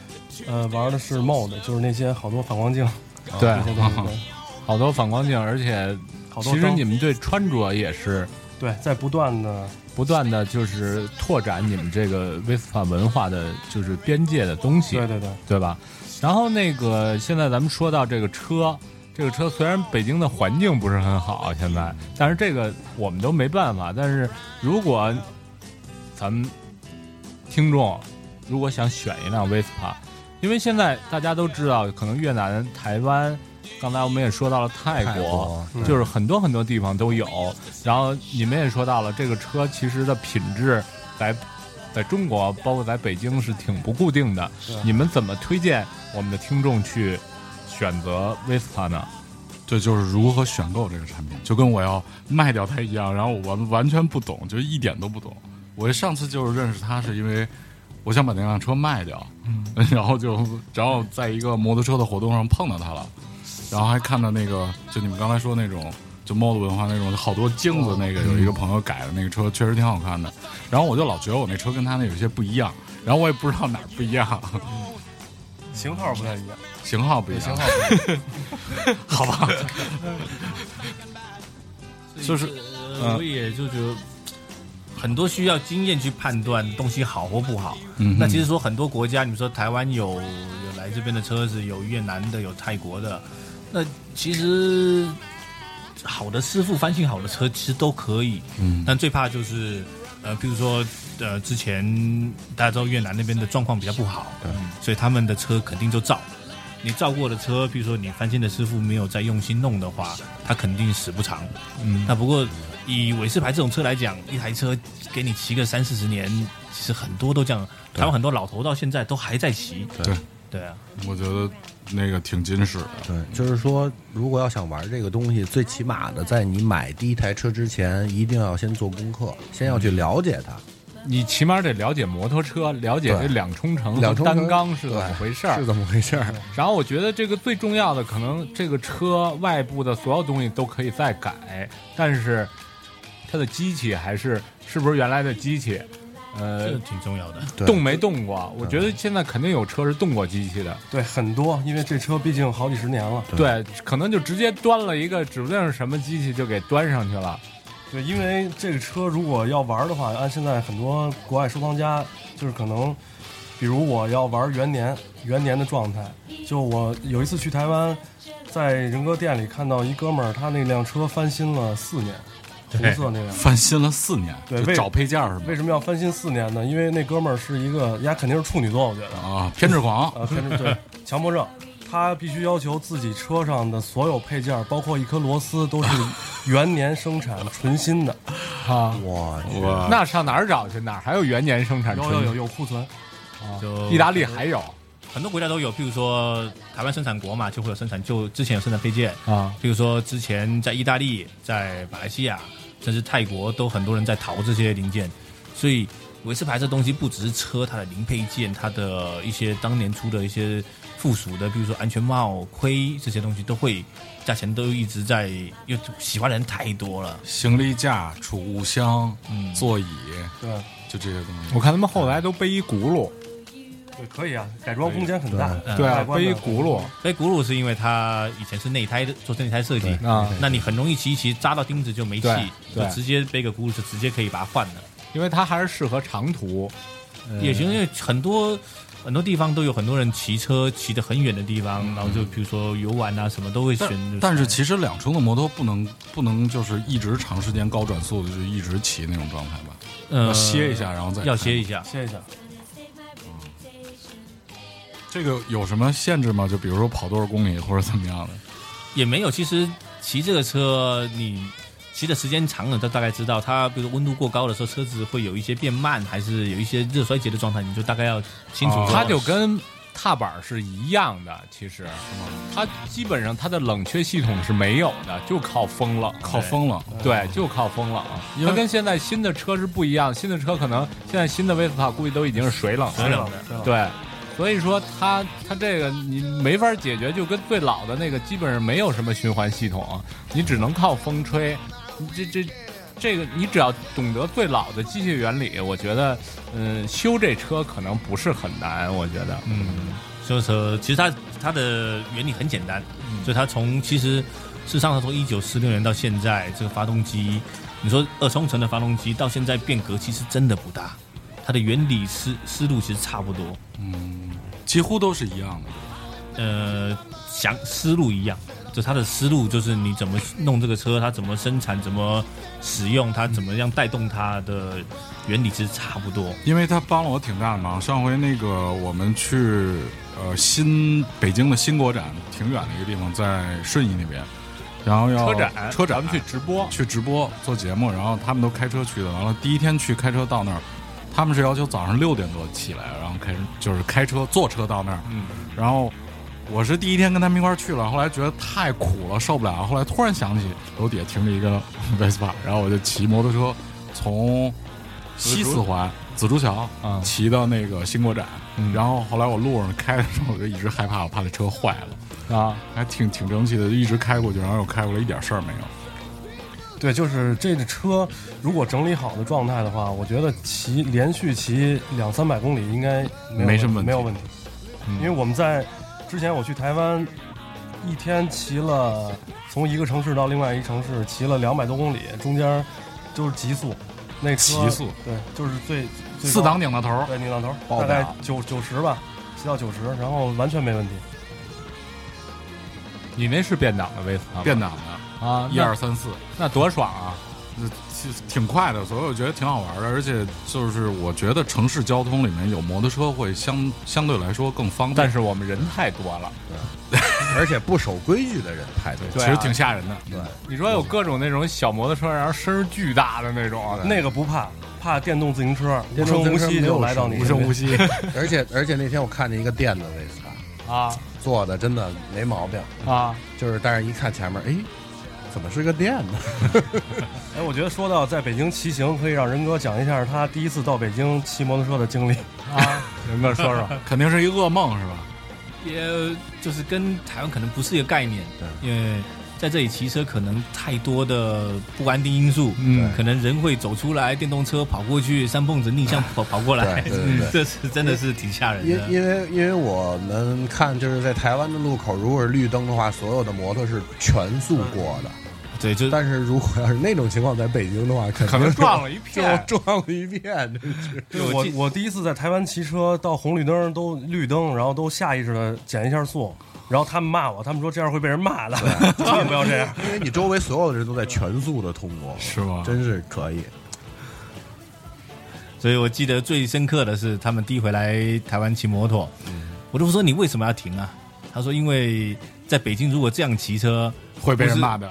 Speaker 9: 呃玩的是 mod，就是那些好多反光镜啊
Speaker 7: 对
Speaker 9: 这些 东西。对
Speaker 7: 好多反光镜，而且
Speaker 9: 好多
Speaker 7: 其实
Speaker 9: 灯
Speaker 7: 你们对穿着也是
Speaker 9: 对，在不断的
Speaker 7: 不断的就是拓展你们这个 Vespa 文化的就是边界的东西，
Speaker 9: 对对对，
Speaker 7: 对吧？然后那个现在咱们说到这个车，这个车虽然北京的环境不是很好啊现在，但是这个我们都没办法。但是如果咱们听众如果想选一辆 Vespa，因为现在大家都知道，可能越南、台湾，刚才我们也说到了泰
Speaker 6: 泰国对
Speaker 7: 就是很多很多地方都有。然后你们也说到了，这个车其实的品质在在中国，包括在北京是挺不固定的。你们怎么推荐我们的听众去选择 Vespa 呢？
Speaker 8: 对，就是如何选购这个产品，就跟我要卖掉它一样。然后我完完全不懂，就一点都不懂。我上次就是认识他，是因为我想把那辆车卖掉，
Speaker 9: 嗯
Speaker 8: 然后就然后在一个摩托车的活动上碰到他了，然后还看到那个就你们刚才说那种就 mod 文化那种，好多镜子那个有一个朋友改的那个车，确实挺好看的。然后我就老觉得我那车跟他那有些不一样，然后我也不知道哪儿不一样，
Speaker 9: 型号不太一样。
Speaker 8: 型号不一样， 型号好吧，就是
Speaker 10: 呃我也就觉得很多需要经验去判断东西好或不好。
Speaker 8: 嗯
Speaker 10: 那其实说很多国家，你说台湾有有来这边的车子，有越南的，有泰国的，那其实好的师傅翻新好的车其实都可以，
Speaker 8: 嗯
Speaker 10: 但最怕就是呃，譬如说呃，之前大家知道越南那边的状况比较不好，所以他们的车肯定就造。你造过的车，比如说你翻新的师傅没有再用心弄的话，它肯定死不长。嗯，那不过以韦斯牌这种车来讲，一台车给你骑个三四十年，其实很多都这样。台湾很多老头到现在都还在骑。
Speaker 8: 对，
Speaker 10: 对啊，
Speaker 8: 我觉得那个挺金使的。
Speaker 6: 对，就是说，如果要想玩这个东西，最起码的，在你买第一台车之前，一定要先做功课，先要去了解它。
Speaker 7: 你起码得了解摩托车，了解
Speaker 6: 对
Speaker 7: 这两冲程
Speaker 6: 两
Speaker 7: 和
Speaker 6: 冲程
Speaker 7: 嗯单缸是怎么回事儿
Speaker 6: 是。怎么回事儿？
Speaker 7: 然后我觉得这个最重要的，可能这个车外部的所有东西都可以再改，但是它的机器还是是不是原来的机器？
Speaker 10: 这
Speaker 7: 呃
Speaker 10: 个，挺重要的。
Speaker 6: 对
Speaker 7: 动没动过？我觉得现在肯定有车是动过机器的，
Speaker 9: 对，很多，因为这车毕竟好几十年了。
Speaker 7: 对，可能就直接端了一个，指不定是什么机器就给端上去了。
Speaker 9: 对，因为这个车如果要玩的话，按现在很多国外收藏家，就是可能，比如我要玩元年，元年的状态，就我有一次去台湾，在仁哥店里看到一哥们儿，他那辆车翻新了四年，红色那辆。
Speaker 8: 翻新了四年，
Speaker 9: 对
Speaker 8: 就
Speaker 9: 为
Speaker 8: 找配件是
Speaker 9: 为
Speaker 8: 吗？
Speaker 9: 什么要翻新四年呢？因为那哥们儿是一个，人家肯定是处女座，我觉得，
Speaker 8: 啊，偏执狂，
Speaker 9: 啊，偏执对，强迫症。他必须要求自己车上的所有配件，包括一颗螺丝，都是元年生 产纯新的。
Speaker 7: 啊，
Speaker 6: 哇，
Speaker 9: 呃
Speaker 8: 哇
Speaker 7: 那上哪儿找去？哪儿还有元年生产
Speaker 9: 有
Speaker 7: 春？
Speaker 9: 有有有库存，
Speaker 10: 就
Speaker 7: 意大利还有
Speaker 10: 很多国家都有，譬如说台湾生产国嘛，就会有生产，就之前有生产配件，
Speaker 7: 啊，
Speaker 10: 譬如说之前在意大利、在马来西亚，甚至泰国，都很多人在淘这些零件，所以维斯牌这东西不只是车，它的零配件，它的一些当年出的一些附属的，比如说安全帽、盔这些东西，都会价钱都一直在，因为喜欢的人太多了，
Speaker 8: 行李架、储物箱、
Speaker 10: 嗯
Speaker 8: 座椅，
Speaker 9: 对，
Speaker 8: 就这些东西。
Speaker 7: 我看他们后来都背一轱辘，
Speaker 9: 对，可以啊，改装空间很大。
Speaker 10: 嗯
Speaker 7: 对啊
Speaker 9: 外，观
Speaker 7: 背一
Speaker 9: 的
Speaker 7: 轱辘
Speaker 10: 所以轱辘是因为它以前是内胎的，做内胎设计，
Speaker 7: 啊，
Speaker 10: 那你很容易骑一骑扎到钉子就没气
Speaker 7: 对，
Speaker 10: 就
Speaker 7: 对
Speaker 10: 直接背个轱辘就直接可以把它换了。
Speaker 7: 因为它还是适合长途，嗯
Speaker 10: 也行，因为很多很多地方都有很多人骑车骑得很远的地方，然后就比如说游玩啊什么都会选。
Speaker 8: 但但是其实两冲的摩托不能不能就是一直长时间高转速的就一直骑那种状态吧，
Speaker 10: 呃
Speaker 8: 要歇一下，然后再
Speaker 10: 要歇一下。
Speaker 9: 谢一下，
Speaker 8: 这个有什么限制吗？就比如说跑多少公里或者怎么样的？
Speaker 10: 也没有。其实骑这个车，你骑的时间长了，都大概知道它，比如温度过高的时候，车子会有一些变慢，还是有一些热衰竭的状态，你就大概要清楚
Speaker 7: 哦
Speaker 10: 说。
Speaker 7: 它就跟踏板是一样的，其实它基本上它的冷却系统是没有的，就靠风冷，
Speaker 8: 靠风冷，
Speaker 7: 对，就靠风冷。
Speaker 8: 嗯因为
Speaker 7: 它跟现在新的车是不一样，新的车可能现在新的维斯塔估计都已经是水冷
Speaker 10: 水
Speaker 7: 了，
Speaker 10: 冷的。
Speaker 7: 对。所以说它它这个你没法解决，就跟最老的那个基本上没有什么循环系统，你只能靠风吹。你这这这个你只要懂得最老的机械原理，我觉得嗯修这车可能不是很难，我觉得
Speaker 10: 嗯，所以说其实它它的原理很简单，就它从其实事实上它从一九四六年到现在，这个发动机，你说二冲程的发动机到现在变革其实真的不大，它的原理思思路其实差不多，
Speaker 8: 几乎都是一样的。
Speaker 10: 呃，想思路一样。就它的思路就是你怎么弄这个车，它怎么生产，怎么使用，它怎么样带动它的原理其实差不多。
Speaker 8: 因为他帮了我挺大的忙。上回那个我们去呃新北京的新国展，挺远的一个地方，在顺义那边，然后要
Speaker 7: 车展咱
Speaker 8: 车展哎
Speaker 7: 们去直播，
Speaker 8: 去直播做节目，然后他们都开车去的。完了，第一天去开车到那儿，他们是要求早上六点多起来，然后开始就是开车坐车到那儿。嗯，然后我是第一天跟他们一块儿去了，后来觉得太苦了，受不了。后来突然想起楼底下停着一个 Vespa，然后我就骑摩托车从西四环紫竹桥
Speaker 7: 嗯
Speaker 8: 骑到那个新国展。
Speaker 7: 嗯
Speaker 8: 然后后来我路上开的时候，我就一直害怕，我怕这车坏了，
Speaker 7: 啊，
Speaker 8: 还挺挺争气的，就一直开过去，然后又开过来，一点事儿没有。
Speaker 9: 对，就是这个车如果整理好的状态的话，我觉得骑连续骑两三百公里应该没有
Speaker 8: 没什么问题
Speaker 9: 问没有问题，
Speaker 7: 嗯
Speaker 9: 因为我们在之前我去台湾一天骑了从一个城市到另外一城市骑了两百多公里，中间就是极速，那车
Speaker 8: 极速
Speaker 9: 对，就是最最
Speaker 8: 四
Speaker 9: 高
Speaker 8: 档顶到头儿，
Speaker 9: 对，拧到头
Speaker 6: 爆
Speaker 9: 大概
Speaker 6: 表
Speaker 9: 九九十吧，骑到九十，然后完全没问题。
Speaker 7: 你那是变档的维斯塔吗
Speaker 8: 变档的，
Speaker 7: 啊，
Speaker 8: 一二三四，
Speaker 7: 那多爽啊！
Speaker 8: 那其实挺快的，所以我觉得挺好玩的。而且就是我觉得城市交通里面有摩托车会相相对来说更方便，
Speaker 7: 但是我们人太多了，
Speaker 6: 而且不守规矩的人太多。
Speaker 7: 对啊
Speaker 8: 其实挺吓人的。
Speaker 6: 对，
Speaker 7: 你说有各种那种小摩托车，然后声儿巨大的那种，啊
Speaker 9: 那个不怕，怕电动自行车无
Speaker 6: 电动自行车
Speaker 9: 声无息
Speaker 6: 没有
Speaker 9: 就来到你
Speaker 6: 无
Speaker 9: 身
Speaker 6: 声
Speaker 9: 边
Speaker 6: 无息。而且而且那天我看见一个电子维斯塔，
Speaker 7: 啊
Speaker 6: 做的真的没毛病，
Speaker 7: 啊，
Speaker 6: 就是但是一看前面，哎，怎么是个电呢？
Speaker 7: 嗯
Speaker 9: 哎，我觉得说到在北京骑行，可以让仁哥讲一下他第一次到北京骑摩托车的经历。
Speaker 7: 啊，仁哥说 说，
Speaker 8: 肯定是一噩梦是吧？
Speaker 10: 也就是跟台湾可能不是一个概念，对，因为在这里骑车可能太多的不安定因素，
Speaker 7: 嗯
Speaker 10: 可能人会走出来，电动车跑过去，三蹦子逆向跑跑过来，嗯
Speaker 6: 对对对对
Speaker 10: 这是真的是挺吓人
Speaker 6: 因
Speaker 10: 的。
Speaker 6: 因为因为我们看就是在台湾的路口，如果是绿灯的话，所有的摩托是全速过的。
Speaker 10: 对，就
Speaker 6: 但是如果要是那种情况在北京的 话，肯
Speaker 7: 可
Speaker 6: 定
Speaker 7: 能
Speaker 6: 是
Speaker 7: 撞了一片，
Speaker 6: 就撞了一遍，真是。
Speaker 9: 我我第一次在台湾骑车到红绿灯都绿灯，然后都下意识的减一下速，然后他们骂我，他们说这样会被人骂 的， 千万不要这样。
Speaker 6: 因为你周围所有的人都在全速的通过，
Speaker 8: 是吗
Speaker 6: 真是可以。
Speaker 10: 所以我记
Speaker 6: 嗯
Speaker 10: 得最深刻的是他们第一回来台湾骑摩托，我就说你为什么要停啊？他说因为在北京如果这样骑车
Speaker 8: 会被人
Speaker 10: 不是
Speaker 8: 骂的。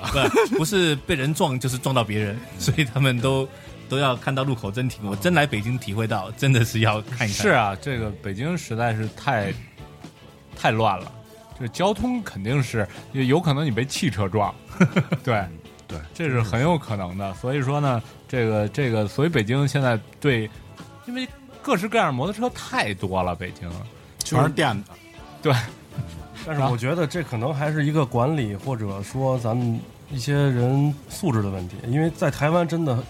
Speaker 10: 不 不是被人撞就是撞到别人，
Speaker 7: 嗯
Speaker 10: 所以他们都都要看到路口真停。我真来北京体会到，真的是要看一看。
Speaker 7: 是啊，这个北京实在是太太乱了，就是交通肯定是也有可能你被汽车撞， 对
Speaker 6: 对，
Speaker 7: 这是很有可能的。所以说呢，这个这个，所以北京现在对，因为各式各样的摩托车太多了，北京
Speaker 8: 全是电的，
Speaker 9: 但是我觉得这可能还是一个管理或者说咱们一些人素质的问题，因为在台湾真的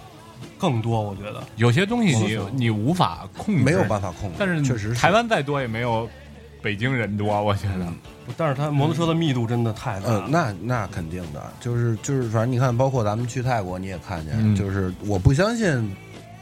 Speaker 9: 更多，我觉得
Speaker 7: 有些东西你
Speaker 9: 摩托车
Speaker 7: 你无法控制，
Speaker 6: 没有办法控制，
Speaker 7: 但是
Speaker 6: 确实是嗯
Speaker 7: 台湾再多也没有北京人多，我觉得。
Speaker 9: 不但是它摩托车的密度真的太大
Speaker 6: 呃，
Speaker 9: 了。
Speaker 6: 那那肯定的，就是就是，反正你看，包括咱们去泰国，你也看见，
Speaker 7: 嗯
Speaker 6: 就是我不相信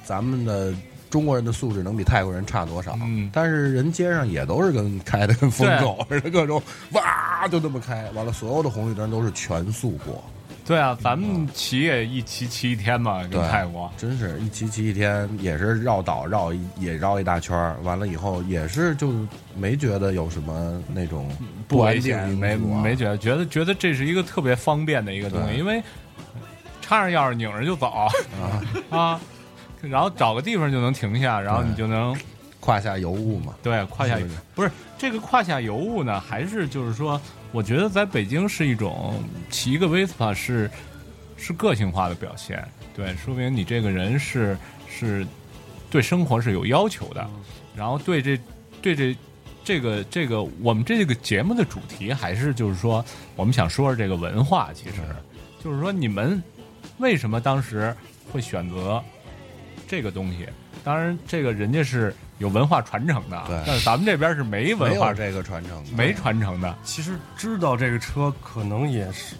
Speaker 6: 咱们的中国人的素质能比泰国人差多少，
Speaker 7: 嗯
Speaker 6: 但是人街上也都是跟开的跟疯 狗似的，各种哇就这么开，完了所有的红绿灯都是全速过，
Speaker 7: 对啊，咱们骑也一骑骑一天嘛，跟
Speaker 6: 对
Speaker 7: 泰国。
Speaker 6: 真是一骑骑一天也是绕岛绕一也绕一大圈儿，完了以后也是就没觉得有什么那种
Speaker 7: 不
Speaker 6: 安
Speaker 7: 危
Speaker 6: 定
Speaker 7: 险，嗯
Speaker 6: 因
Speaker 7: 没
Speaker 6: 素啊
Speaker 7: 没觉得，觉得觉得这是一个特别方便的一个东西，
Speaker 6: 对
Speaker 7: 因为插上钥匙拧着就走 啊然后找个地方就能停下，然后你就能
Speaker 6: 胯下尤物嘛，
Speaker 7: 对胯下
Speaker 6: 是不是
Speaker 7: 不是这个胯下尤物呢，还是就是说，我觉得在北京是一种骑一个 Vespa 是是个性化的表现，对，说明你这个人是是对生活是有要求的，
Speaker 6: 嗯
Speaker 7: 然后对这对这这个这个我们这个节目的主题还是就是说，我们想说说这个文化，其实就是说你们为什么当时会选择这个东西？当然，这个人家是有文化传承的啊，
Speaker 6: 对
Speaker 7: 但是咱们这边是没
Speaker 6: 没
Speaker 7: 文化
Speaker 6: 有，这个传承，
Speaker 7: 没传承的。
Speaker 9: 其实知道这个车可能也是，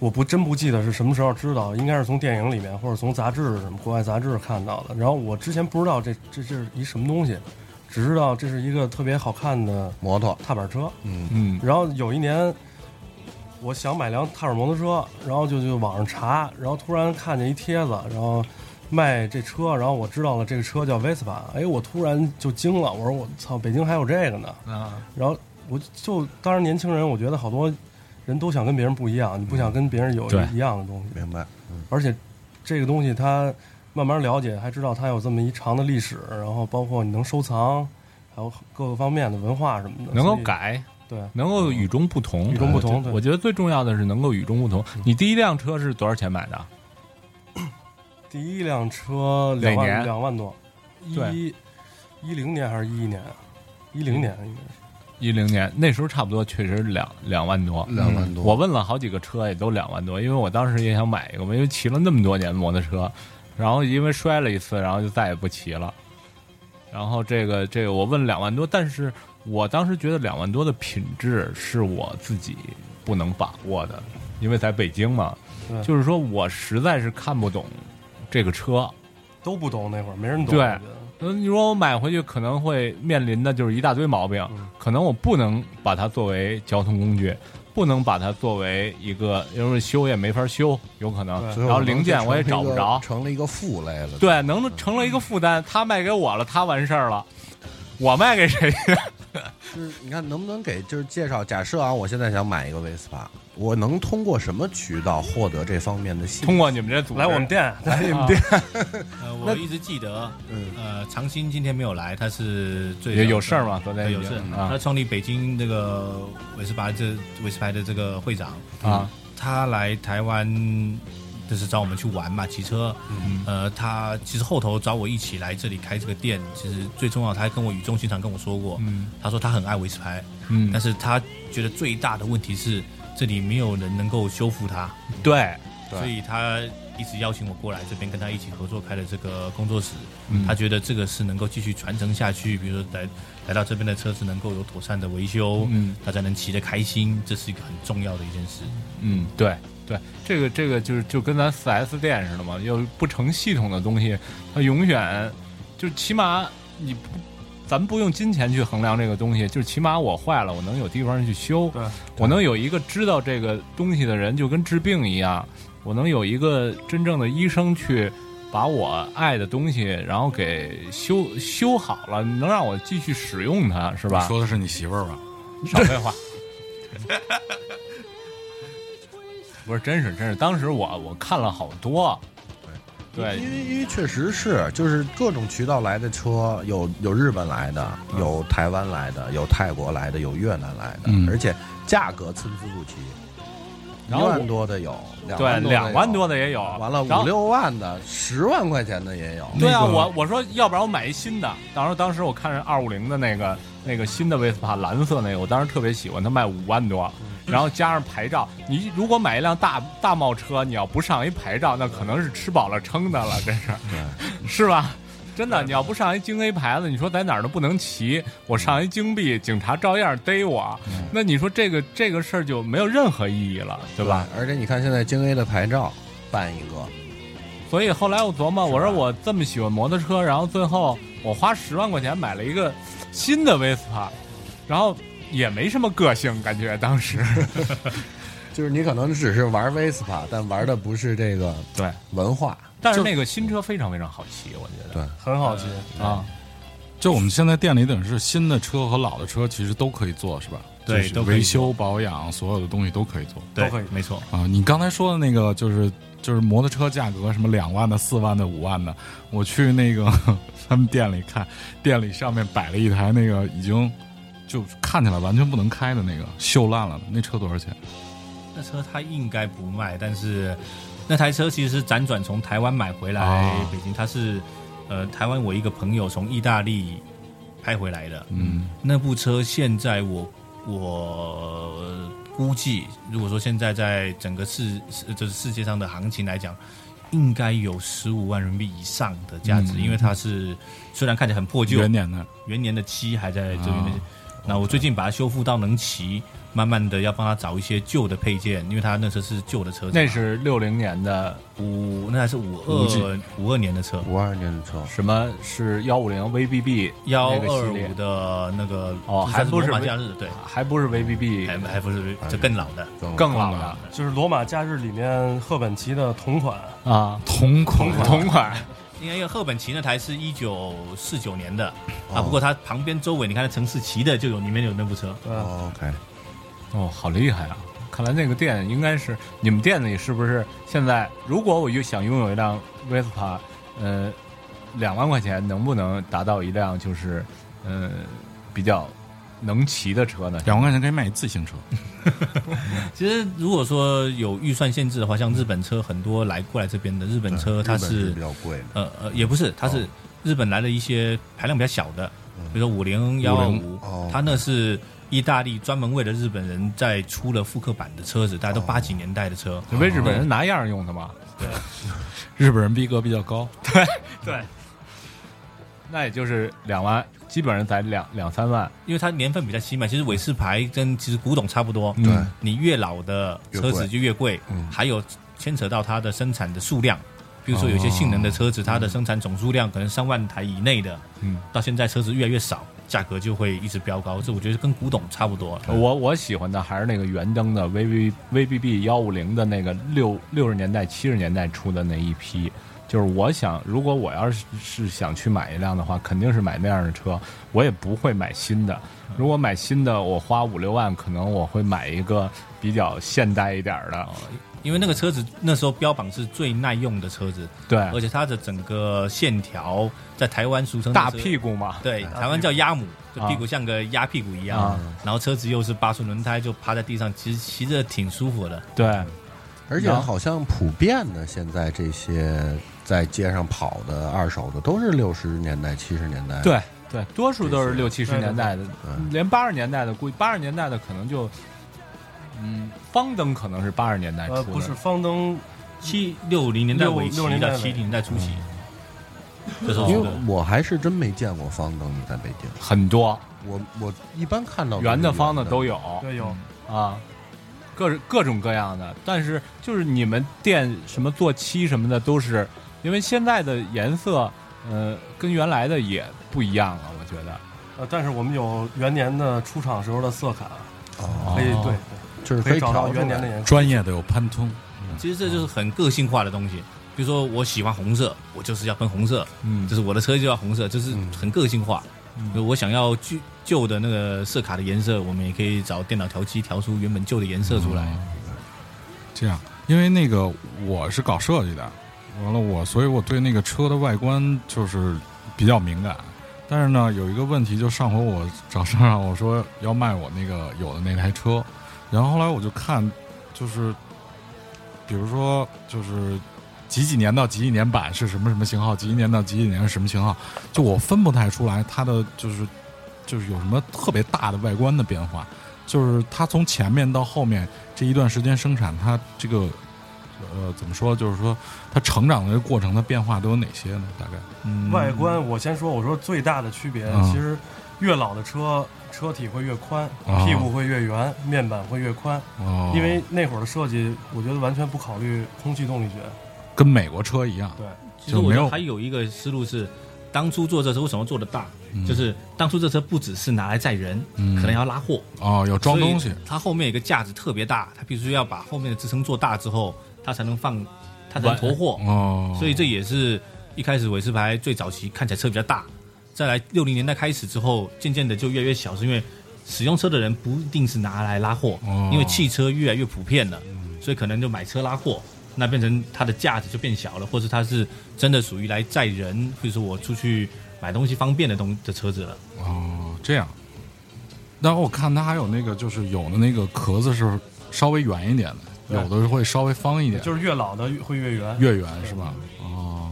Speaker 9: 我不真不记得是什么时候知道，应该是从电影里面或者从杂志什么国外杂志看到的。然后我之前不知道这这这是一什么东西，只知道这是一个特别好看的
Speaker 6: 摩托，
Speaker 9: 踏板车。
Speaker 6: 嗯，
Speaker 7: 嗯，
Speaker 9: 然后有一年，我想买辆踏板摩托车，然后就去网上查，然后突然看见一帖子，然后卖这车，然后我知道了这个车叫 Vespa，哎，我突然就惊了，我说我操，北京还有这个呢！
Speaker 10: 啊，
Speaker 9: 然后我就当然年轻人，我觉得好多人都想跟别人不一样，你不想跟别人有
Speaker 7: 对
Speaker 9: 一样的东西，
Speaker 6: 明白。嗯
Speaker 9: 而且这个东西它慢慢了解，还知道它有这么一长的历史，然后包括你能收藏，还有各个方面的文化什么的，
Speaker 7: 能够
Speaker 9: 所以
Speaker 7: 改，
Speaker 9: 对。
Speaker 7: 能够与众不同，
Speaker 9: 与众不同
Speaker 7: 我觉得
Speaker 9: 对嗯
Speaker 7: 我觉得最重要的是能够与众不同。你第一辆车是多少钱买的？
Speaker 9: 第一辆车
Speaker 7: 哪
Speaker 9: 两万
Speaker 7: 年
Speaker 9: 两万多，
Speaker 7: 对
Speaker 9: 一一零年还是一一年？一零年应该是。
Speaker 7: 一零年那时候差不多，确实两两万多，
Speaker 9: 嗯
Speaker 6: 两万多
Speaker 7: 我问了好几个车，也都两万多，因为我当时也想买一个嘛，因为骑了那么多年摩托车，然后因为摔了一次，然后就再也不骑了。然后这个这个我问两万多，但是我当时觉得两万多的品质是我自己不能把握的，因为在北京嘛，
Speaker 9: 对
Speaker 7: 就是说我实在是看不懂这个车，
Speaker 9: 都不懂那会儿，没人懂。
Speaker 7: 对
Speaker 9: 我觉得
Speaker 7: 嗯，你说我买回去可能会面临的就是一大堆毛病，
Speaker 9: 嗯
Speaker 7: 可能我不能把它作为交通工具，不能把它作为一个，因为修也没法修，有可能，
Speaker 9: 对
Speaker 7: 然后零件我也找不着，
Speaker 6: 成了一个负类了。
Speaker 7: 对，能成了一个负担。他卖给我了，他完事儿了，我卖给谁？
Speaker 6: 就是你看能不能给就是介绍？假设啊，我现在想买一个 Vespa，我能通过什么渠道获得这方面的信息？
Speaker 7: 通过你们这组织
Speaker 9: 来我们 店，来你们店，
Speaker 10: 呃，我一直记得，呃，长兴今天没有来，他是最
Speaker 7: 嗯也
Speaker 10: 早
Speaker 7: 有事儿嘛，昨天
Speaker 10: 对，
Speaker 7: 已
Speaker 10: 呃有
Speaker 7: 经
Speaker 10: 事儿。
Speaker 7: 啊
Speaker 10: 他创立北京这个韦斯牌这韦斯牌的这个会长，
Speaker 7: 啊，
Speaker 10: 他来台湾就是找我们去玩嘛，骑车。呃，他其实后头找我一起来这里开这个店，其实最重要，他还跟我语重心长跟我说过，
Speaker 7: 嗯
Speaker 10: 他说他很爱韦斯牌，
Speaker 7: 嗯
Speaker 10: 但，是他觉得最大的问题是这里没有人能够修复它，
Speaker 7: 对，
Speaker 6: 对
Speaker 10: 所以他一直邀请我过来这边跟他一起合作开的这个工作室，
Speaker 7: 嗯
Speaker 10: 他觉得这个是能够继续传承下去，比如说来来到这边的车子能够有妥善的维修，
Speaker 7: 嗯
Speaker 10: 大家能骑得开心，这是一个很重要的一件事。
Speaker 7: 嗯，对对，这个这个就是就跟咱四 S 店似的嘛，要不成系统的东西，它永远就起码你不，咱不用金钱去衡量这个东西，就是起码我坏了，我能有地方去修，
Speaker 9: 对
Speaker 7: 我能有一个知道这个东西的人，就跟治病一样，我能有一个真正的医生去。把我爱的东西，然后给修修好了，能让我继续使用它，是吧？
Speaker 8: 说的是你媳妇儿吧？
Speaker 7: 少废话，不是，真是真是，当时我我看了好多，对
Speaker 6: 因为因为确实是，就是各种渠道来的车，有有日本来的，有台湾来的，有泰国来的，有越南来的，
Speaker 7: 嗯
Speaker 6: 而且价格参差不齐，一
Speaker 7: 然后我
Speaker 6: 万多的有，
Speaker 7: 对，两万
Speaker 6: 万
Speaker 7: 多
Speaker 6: 的
Speaker 7: 的也有，
Speaker 6: 有，完了
Speaker 7: 然
Speaker 6: 五
Speaker 7: 后
Speaker 6: 六万的，十万块钱的也有。
Speaker 7: 对啊，
Speaker 8: 那个
Speaker 7: 我我说要不然我买一新的，当时当时我看着二五零的那个那个新的威斯帕蓝色那个，我当时特别喜欢，它卖五万多，
Speaker 8: 嗯
Speaker 7: 然后加上牌照，你如果买一辆大大贸车，你要不上一牌照，那可能是吃饱了撑的了，这是， 是吧？真的，你要不上一京 A 牌子，你说在哪儿都不能骑，我上一京 B，警察照样逮我，
Speaker 8: 嗯
Speaker 7: 那你说这个这个事儿就没有任何意义了，对吧？？
Speaker 6: 而且你看现在京 A 的牌照办一个，
Speaker 7: 所以后来我琢磨，我说我这么喜欢摩托车，然后最后我花十万块钱买了一个新的 Vespa，然后也没什么个性，感觉当时
Speaker 6: 就是你可能只是玩 Vespa，但玩的不是这个
Speaker 7: 对，
Speaker 6: 文化。
Speaker 7: 但是那个新车非常非常好骑，我觉得
Speaker 9: 很好骑。
Speaker 7: 对啊，
Speaker 8: 就我们现在店里等于是新的车和老的车其实都可以做，是吧？
Speaker 10: 对
Speaker 8: 就是
Speaker 10: 都可以
Speaker 8: 维修保养所有的东西都可以做
Speaker 10: 对
Speaker 9: 都可以，
Speaker 10: 没错。
Speaker 8: 啊。你刚才说的那个就是就是摩托车价格什么两万的、四万的、五万的，我去那个 他们店里看，店里上面摆了一台那个已经就看起来完全不能开的那个锈烂了的，那车多少钱？
Speaker 10: 那车它应该不卖，但是那台车其实是辗转从台湾买回来
Speaker 8: 啊
Speaker 10: 北京，它是呃台湾我一个朋友从意大利拍回来的。
Speaker 8: 嗯，
Speaker 10: 那部车现在我我估计，如果说现在在整个世世就是世界上的行情来讲，应该有十五万人民币以上的价值，
Speaker 8: 嗯
Speaker 10: 因为它是虽然看起来很破旧，
Speaker 8: 元年的，
Speaker 10: 元年的漆还在这
Speaker 8: 啊
Speaker 10: 边。那我最近把它修复到能骑，慢慢的要帮他找一些旧的配件，因为他那车是旧的车子嘛，
Speaker 7: 那是六零年的
Speaker 10: 五那还是五二五二年的车，
Speaker 6: 五二年的车，
Speaker 7: 什么是幺五零 VBB
Speaker 10: 幺
Speaker 7: 那个
Speaker 10: 二
Speaker 7: 系列
Speaker 10: 五的那个
Speaker 7: 哦还不是啊
Speaker 10: 罗马假日对，
Speaker 7: 还不是 VBB，
Speaker 10: 还还不是这更老的，
Speaker 7: 更老的
Speaker 9: 就是罗马假日里面赫本骑的同款，
Speaker 7: 啊，
Speaker 8: 同款
Speaker 7: 同款
Speaker 10: 因为赫本骑那台是一九四九年的啊，不过它旁边周围你看那城市骑的就有里面有那部车，
Speaker 9: 对吧，
Speaker 6: OK，
Speaker 7: 哦，好厉害啊！看来那个店应该是你们店里是不是现在？如果我又想拥有一辆 Vespa，呃，两万块钱能不能达到一辆就是呃比较能骑的车呢？
Speaker 8: 两万块钱可以买一自行车，
Speaker 10: 其实如果说有预算限制的话，像日本车很多来过来这边的日本车，它
Speaker 6: 日本
Speaker 10: 是
Speaker 6: 比较贵的。
Speaker 10: 呃呃，也不是，它是日本来的一些排量比较小的，比如说五零幺二
Speaker 8: 50125
Speaker 10: 五，它那是意大利专门为了日本人在出了复刻版的车子，大家都八几年代的车。
Speaker 7: 你为日本人拿样儿用的嘛？
Speaker 8: 哦日本人逼格比较 高，
Speaker 10: 对，
Speaker 7: 那也就是两万，基本上才两两三万。
Speaker 10: 因为它年份比较新嘛，其实韦氏牌跟其实古董差不多。
Speaker 7: 对嗯
Speaker 10: 你越老的车子就越贵，还有牵扯到它的生产的数量。比如说，有些性能的车子，它的生产总数量可能三万台以内的，
Speaker 7: 哦嗯，
Speaker 10: 到现在车子越来越少，价格就会一直飙高。这我觉得跟古董差不多。
Speaker 9: 嗯
Speaker 7: 我我喜欢的还是那个圆灯的 VV VBB 幺五零的那个六六十年代七十年代出的那一批，就是我想，如果我要是是想去买一辆的话，肯定是买那样的车，我也不会买新的。
Speaker 9: 嗯
Speaker 7: 如果买新的，我花五六万，可能我会买一个比较现代一点儿
Speaker 9: 哦
Speaker 7: 的。
Speaker 10: 因为那个车子那时候标榜是最耐用的车子，而
Speaker 7: 对，
Speaker 10: 且它的整个线条在台湾俗称
Speaker 7: 大
Speaker 10: 是
Speaker 7: 屁，股嘛，
Speaker 10: 对，台湾叫鸭母，就屁股像个鸭屁股一样。
Speaker 7: 啊
Speaker 10: 然后车子又是八速轮胎，就趴在地上，其实骑着挺舒服的。
Speaker 7: 对，
Speaker 6: 而且好像普遍的，现在这些在街上跑的二手的，都是六十年代、七十年代。，
Speaker 7: 对对，多数都是六七十
Speaker 9: 对对
Speaker 7: 年代的，
Speaker 6: 嗯
Speaker 7: 连八十年代的估计八十年代的可能就，嗯，方灯可能是八十年代出的，
Speaker 9: 呃，不是方灯，
Speaker 10: 七六零年代尾期
Speaker 9: 60年代
Speaker 10: 到
Speaker 9: 尾
Speaker 10: 七零年代初期，这时候
Speaker 6: 因
Speaker 10: 出
Speaker 6: 为
Speaker 10: 的。
Speaker 6: 我还是真没见过方灯的在北京。
Speaker 7: 很多
Speaker 6: 我我一般看到
Speaker 7: 圆的、方
Speaker 6: 的
Speaker 7: 的都有
Speaker 9: 对，有
Speaker 7: 啊，各各种各样的。但是就是你们店什么做漆什么的，都是因为现在的颜色，呃，跟原来的也不一样了，我觉得。
Speaker 9: 呃，但是我们有元年的出厂时候的色卡，
Speaker 6: 哦，
Speaker 9: 可以对，
Speaker 6: 就是
Speaker 9: 对可以找
Speaker 6: 调
Speaker 9: 到
Speaker 6: 出来
Speaker 9: 元年的。颜色。
Speaker 8: 专业的有潘通，
Speaker 10: 其实这就是很个性化的东西。比如说我喜欢红色，我就是要喷红色，
Speaker 7: 嗯
Speaker 10: 就是我的车就要红色，就是很个性化。就我想要旧旧的那个色卡的颜色，我们也可以找电脑调漆调出原本旧的颜色出来。
Speaker 8: 嗯这样，因为那个我是搞设计的，完了我，所以我对那个车的外观就是比较敏感。但是呢，有一个问题，就上回我找上上我说要卖我那个有的那台车，然后后来我就看，就是比如说就是几几年到几几年版是什么什么型号，几几年到几几年是什么型号，就我分不太出来它的就是就是有什么特别大的外观的变化，就是它从前面到后面这一段时间生产，它这个呃怎么说，就是说它成长的过程的变化都有哪些呢？大概嗯
Speaker 9: 外观，我先说，我说最大的区别，
Speaker 8: 嗯
Speaker 9: 其实越老的车，车体会越宽，
Speaker 8: 啊
Speaker 9: 屁股会越圆，面板会越宽，
Speaker 8: 哦，
Speaker 9: 因为那会儿的设计，我觉得完全不考虑空气动力学。
Speaker 8: 跟美国车一样，
Speaker 9: 对，
Speaker 10: 其实
Speaker 8: 就
Speaker 10: 我
Speaker 8: 没
Speaker 10: 觉得
Speaker 8: 有
Speaker 10: 还有一个思路是，当初做这车为什么做得大？就是当初这车不只是拿来载人，
Speaker 8: 嗯
Speaker 10: 可能要拉货，
Speaker 8: 哦，有装东西
Speaker 10: 所以，它后面有一个架子特别大，它必须要把后面的支撑做大之后，它才能放，它才能驮货。
Speaker 8: 哦，
Speaker 10: 所以这也是一开始韦斯牌最早期看起来车比较大，再来六零年代开始之后，渐渐的就越来越小，是因为使用车的人不一定是拿来拉货，
Speaker 8: 哦
Speaker 10: 因为汽车越来越普遍了，所以可能就买车拉货，那变成它的价值就变小了，或者它是真的属于来载人，或者说我出去买东西方便的东的车子了。
Speaker 8: 哦，这样。然后我看它还有那个，就是有的那个壳子是稍微圆一点的，有的会稍微方一点，
Speaker 9: 就是越老的会越圆。
Speaker 8: 月圆是吧？哦，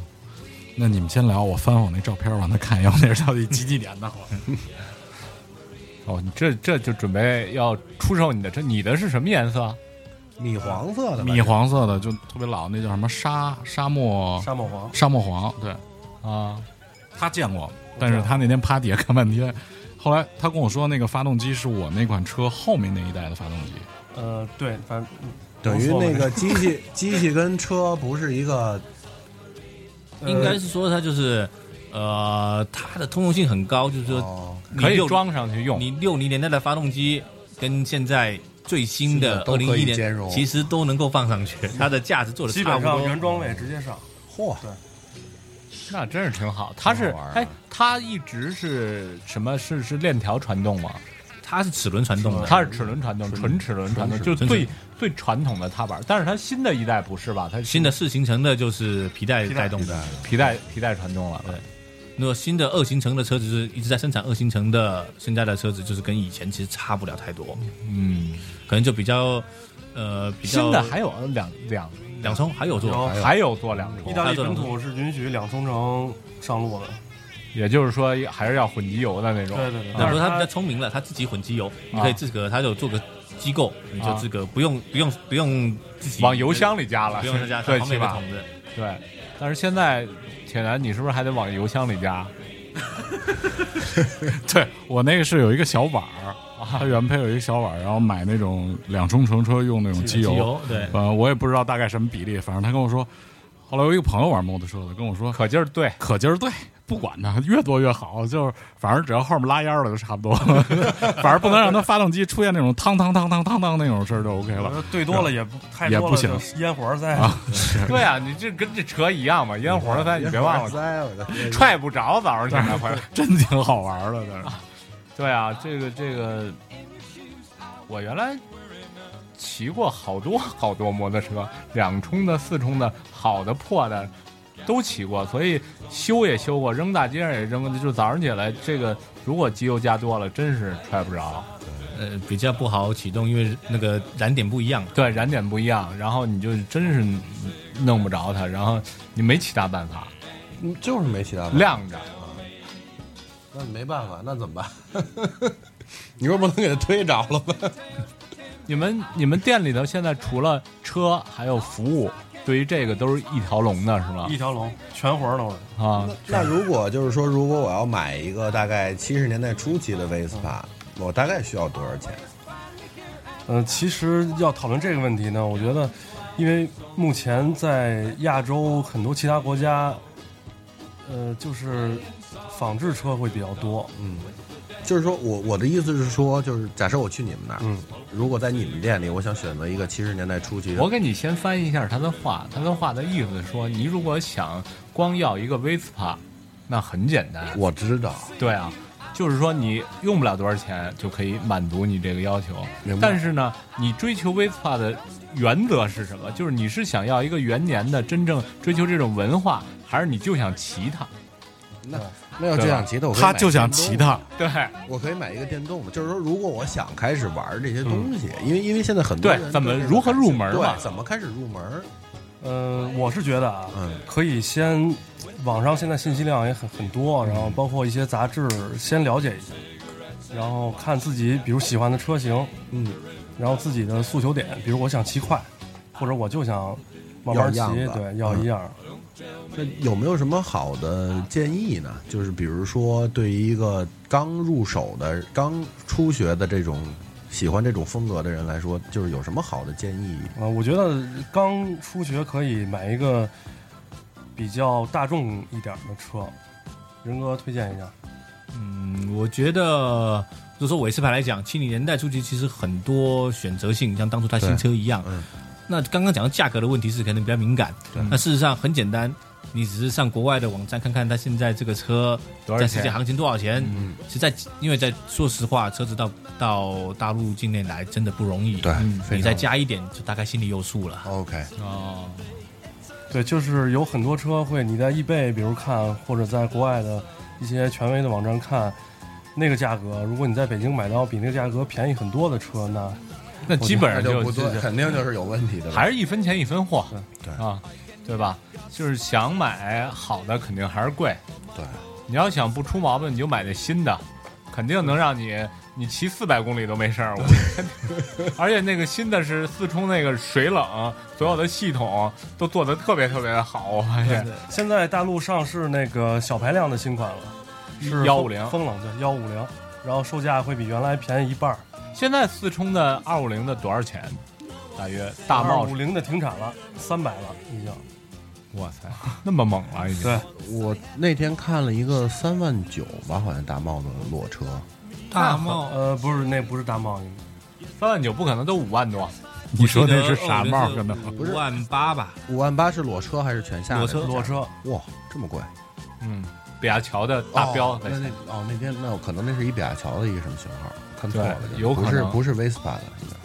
Speaker 8: 那你们先聊，我翻我那照片，让他看一下我那是到底几几年的。好 吧
Speaker 7: 哦，你这这就准备要出售你的车，你的是什么颜色？
Speaker 6: 米黄色的吧，
Speaker 8: 米黄色的，就特别老，那叫什么沙沙漠
Speaker 9: 沙漠黄，
Speaker 8: 沙漠黄，对，
Speaker 7: 啊，
Speaker 8: 他见过，但是他那天趴底下看半天。后来他跟我说，那个发动机是我那款车后面那一代的发动机，
Speaker 9: 呃，对，反正
Speaker 6: 等于那个机器 机器跟车不是一个，
Speaker 10: 应该是说它就是，呃，它的通用性很高，就是说
Speaker 6: 哦，
Speaker 10: 你
Speaker 7: 可以
Speaker 10: 六
Speaker 7: 装上去用。
Speaker 10: 你六零年代的发动机跟现在最新的
Speaker 6: 是的
Speaker 10: 二
Speaker 6: 都
Speaker 10: 零
Speaker 6: 可
Speaker 10: 一
Speaker 6: 以兼
Speaker 10: 年，
Speaker 6: 容
Speaker 10: 其实都能够放上去，它的价值做的
Speaker 9: 基
Speaker 10: 差
Speaker 9: 本
Speaker 10: 不
Speaker 9: 上
Speaker 10: 多。
Speaker 9: 原装位直接上。
Speaker 6: 嚯，
Speaker 7: 那真是挺好。它是
Speaker 6: 挺好玩啊
Speaker 7: 哎，它一直是什么？是是链条传动吗？
Speaker 10: 它是齿轮传动的，
Speaker 7: 它是齿轮传动，纯齿轮传动，就
Speaker 10: 嗯齿轮
Speaker 7: 最最传统的踏板。但是它新的一代不是吧？它是
Speaker 10: 新的四行程的就是皮带
Speaker 9: 皮带
Speaker 10: 带动的。
Speaker 7: 皮带皮带传动了。对，
Speaker 10: 那么新的二行程的车子是一直在生产二行程的，现在的车子就是跟以前其实差不了太多，
Speaker 7: 嗯，
Speaker 10: 可能就比较呃比较
Speaker 7: 新的还哦有两两，
Speaker 10: 两冲还有做，
Speaker 9: 有
Speaker 7: 还有做两
Speaker 9: 意
Speaker 7: 冲，
Speaker 9: 大利本土是允许两冲程上路的，
Speaker 7: 也就是说还是要混机油的那种。
Speaker 9: 对对对。
Speaker 10: 那
Speaker 9: 但
Speaker 10: 不
Speaker 9: 是
Speaker 10: 过它比
Speaker 9: 它
Speaker 10: 较聪明了，它自己混机油，你
Speaker 7: 啊
Speaker 10: 可以自个它有做个机构，你就
Speaker 7: 啊
Speaker 10: 自个不用不用不用自己
Speaker 7: 往油箱里加了，
Speaker 10: 不用再加，它
Speaker 7: 对，
Speaker 10: 旁
Speaker 7: 起
Speaker 10: 边有个
Speaker 7: 码
Speaker 10: 桶子。
Speaker 7: 对。但是现在，铁男，你是不是还得往油箱里加？
Speaker 8: 对我那个是有一个小碗儿，它原配有一个小碗儿，然后买那种两冲程车用那种机油，
Speaker 10: 机油嗯对
Speaker 8: 呃，我也不知道大概什么比例，反正他跟我说，后来我一个朋友玩摩托车的跟我说，
Speaker 7: 可劲儿 对，
Speaker 8: 可劲儿对，不管它，越多越好，就是反正只要后面拉烟儿了就差不多，反正不能让它发动机出现那种汤汤汤汤汤汤那种事儿就 OK
Speaker 9: 我
Speaker 8: 了
Speaker 9: 说对多了也不太
Speaker 8: 也
Speaker 9: 多
Speaker 8: 不
Speaker 9: 了，
Speaker 8: 行
Speaker 9: 就烟火在
Speaker 8: 啊。
Speaker 7: 对啊，你这跟这车一样嘛，烟火的
Speaker 10: 嗯
Speaker 7: 塞，你别忘了
Speaker 6: 塞，我的天
Speaker 7: 踹不着，早上起来回来。
Speaker 8: 真挺好玩儿的，但是。
Speaker 7: 对啊，这个这个，我原来骑过好多 好多摩托车，两冲的、四冲的，好的、破的都骑过，所以修也修过，扔大街上也扔过。就早上起来，这个如果机油加多了，真是踹不着。
Speaker 10: 呃，比较不好启动，因为那个燃点不一样。
Speaker 7: 对，燃点不一样，然后你就真是弄不着它，然后你没其他办法，
Speaker 6: 嗯就是没其他办法，
Speaker 7: 晾着。
Speaker 6: 那没办法，那怎么办？ 你说不能给它推着了吧？
Speaker 7: 你们你们店里头现在除了车还有服务，对于这个都是一条龙的是吗
Speaker 9: 一？条龙，全活儿都是。
Speaker 7: 啊，
Speaker 6: 那如果就是说，如果我要买一个大概七十年代初期的 Vespa，我大概需要多少钱？
Speaker 9: 呃，其实要讨论这个问题呢，我觉得，因为目前在亚洲很多其他国家，呃，就是仿制车会比较多。
Speaker 6: 就是说我我的意思是说，就是假设我去你们那儿，
Speaker 9: 嗯，
Speaker 6: 如果在你们店里，我想选择一个七十年代初期的，
Speaker 7: 我给你先翻译一下他的话，他的话的意思说，你如果想光要一个 Vespa，那很简单。
Speaker 6: 我知道，
Speaker 7: 对啊，就是说你用不了多少钱就可以满足你这个要求
Speaker 6: 明白。
Speaker 7: 但是呢，你追求 Vespa 的原则是什么？就是你是想要一个元年的真正追求这种文化，还是你就想骑它？
Speaker 6: 那要就想骑的，我可以
Speaker 8: 他
Speaker 6: 买
Speaker 8: 就想
Speaker 6: 电动
Speaker 8: 骑它，
Speaker 7: 对
Speaker 6: 我可以买一个电动的，就是说，如果我想开始玩这些东西，因为因为现在很多
Speaker 7: 嗯对
Speaker 6: 人
Speaker 7: 怎么
Speaker 6: 这个
Speaker 7: 如何入门嘛
Speaker 6: 对，怎么开始入门？
Speaker 9: 呃，我是觉得啊，
Speaker 6: 嗯
Speaker 9: 可以先网上现在信息量也很很多，然后包括一些杂志，先了解一下，然后看自己比如喜欢的车型，
Speaker 6: 嗯，
Speaker 9: 然后自己的诉求点，比如我想骑快，或者我就想慢慢骑
Speaker 6: 要样，子嗯
Speaker 9: 对，要一样。
Speaker 6: 那有没有什么好的建议呢？就是比如说，对于一个刚入手的、刚初学的这种喜欢这种风格的人来说，就是有什么好的建议？
Speaker 9: 啊、我觉得刚初学可以买一个比较大众一点的车，仁哥推荐一下。
Speaker 10: 嗯，我觉得就说韦斯牌来讲，七零年代初期其实很多选择性，像当初它新车一样。
Speaker 6: 嗯
Speaker 10: 那刚刚讲到价格的问题是可能比较敏感，那事实上很简单，你只是上国外的网站看看它现在这个车
Speaker 7: 多少
Speaker 10: 在世界
Speaker 7: 钱？
Speaker 10: 行情多少钱。
Speaker 6: 嗯，
Speaker 10: 其实在因为在说实话，车子到到大陆境内来真的不容易，
Speaker 6: 对
Speaker 10: 嗯
Speaker 6: 非常
Speaker 10: 你再加一点，就大概心里有数了。
Speaker 6: ，OK，
Speaker 7: 哦，
Speaker 9: 对，就是有很多车会你在易贝，比如看，或者在国外的一些权威的网站看，那个价格，如果你在北京买到比那个价格便宜很多的车，那
Speaker 7: 那基本
Speaker 6: 那
Speaker 7: 上就
Speaker 6: 就不对，肯定就是有问题的了，
Speaker 7: 还是一分钱一分货，
Speaker 6: 对
Speaker 7: 啊，对吧？就是想买好的，肯定还是贵。
Speaker 6: 对，
Speaker 7: 你要想不出毛病，你就买那新的，肯定能让你你骑四百公里都没事儿。我 而且那个新的是四冲那个水冷，所有的系统都做得特别特别的好，我发现。
Speaker 9: 现在大陆上市那个小排量的新款了，是
Speaker 7: 150
Speaker 9: 风冷对幺五零，然后售价会比原来便宜一半儿，
Speaker 7: 现在四冲的二五零的多少钱？大约大帽
Speaker 9: 五，零的停产了，三百了已经。
Speaker 7: 哇塞，那么猛了已经。
Speaker 9: 对
Speaker 6: 我那天看了一个三万九吧，好像大帽子裸车，
Speaker 10: 大
Speaker 7: 哦
Speaker 10: 帽，
Speaker 9: 呃，不是，那不是大贸易，
Speaker 7: 三万九不可能都五万多，
Speaker 8: 你说那是傻帽
Speaker 10: 我记
Speaker 8: 可
Speaker 10: 得
Speaker 8: 能？
Speaker 10: 哦五万八吧，
Speaker 6: 五万八是裸车还是全下的？
Speaker 10: 裸车
Speaker 9: 裸车。
Speaker 6: 哇，这么贵！
Speaker 7: 嗯，比亚乔的大标
Speaker 6: 哦
Speaker 7: 在
Speaker 6: 那
Speaker 7: 线
Speaker 6: 那哦那天那我可能那是一比亚乔的一个什么型号，看错了，
Speaker 7: 对有可能
Speaker 6: 不是不是 Vespa 的，应该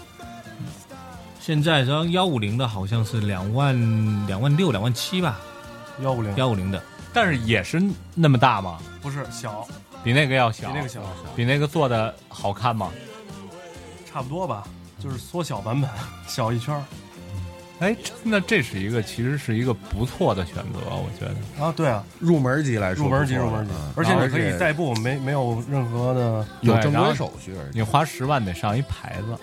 Speaker 10: 现在然后幺五零的好像是两万两万六两万七吧，
Speaker 9: 幺五零
Speaker 10: 幺五零的。
Speaker 7: 但是也是那么大吗？
Speaker 9: 不是小，
Speaker 7: 比那个要
Speaker 9: 比
Speaker 7: 小，
Speaker 9: 那个小，
Speaker 7: 比那个做的好看吗？
Speaker 9: 差不多吧，就是缩小版本， 小一圈儿。
Speaker 7: 哎，那这是一个其实是一个不错的选择，我觉得。
Speaker 9: 啊，对啊，
Speaker 6: 入门级来说
Speaker 9: 入
Speaker 6: 不错了，
Speaker 9: 门级，入门级
Speaker 6: 嗯，
Speaker 9: 而且你可
Speaker 6: 然
Speaker 9: 以
Speaker 6: 后
Speaker 9: 代步，没没有任何的
Speaker 6: 有
Speaker 7: 对
Speaker 6: 正
Speaker 7: 然
Speaker 6: 规
Speaker 7: 后
Speaker 6: 手续，而且
Speaker 7: 你花十万得上一牌子，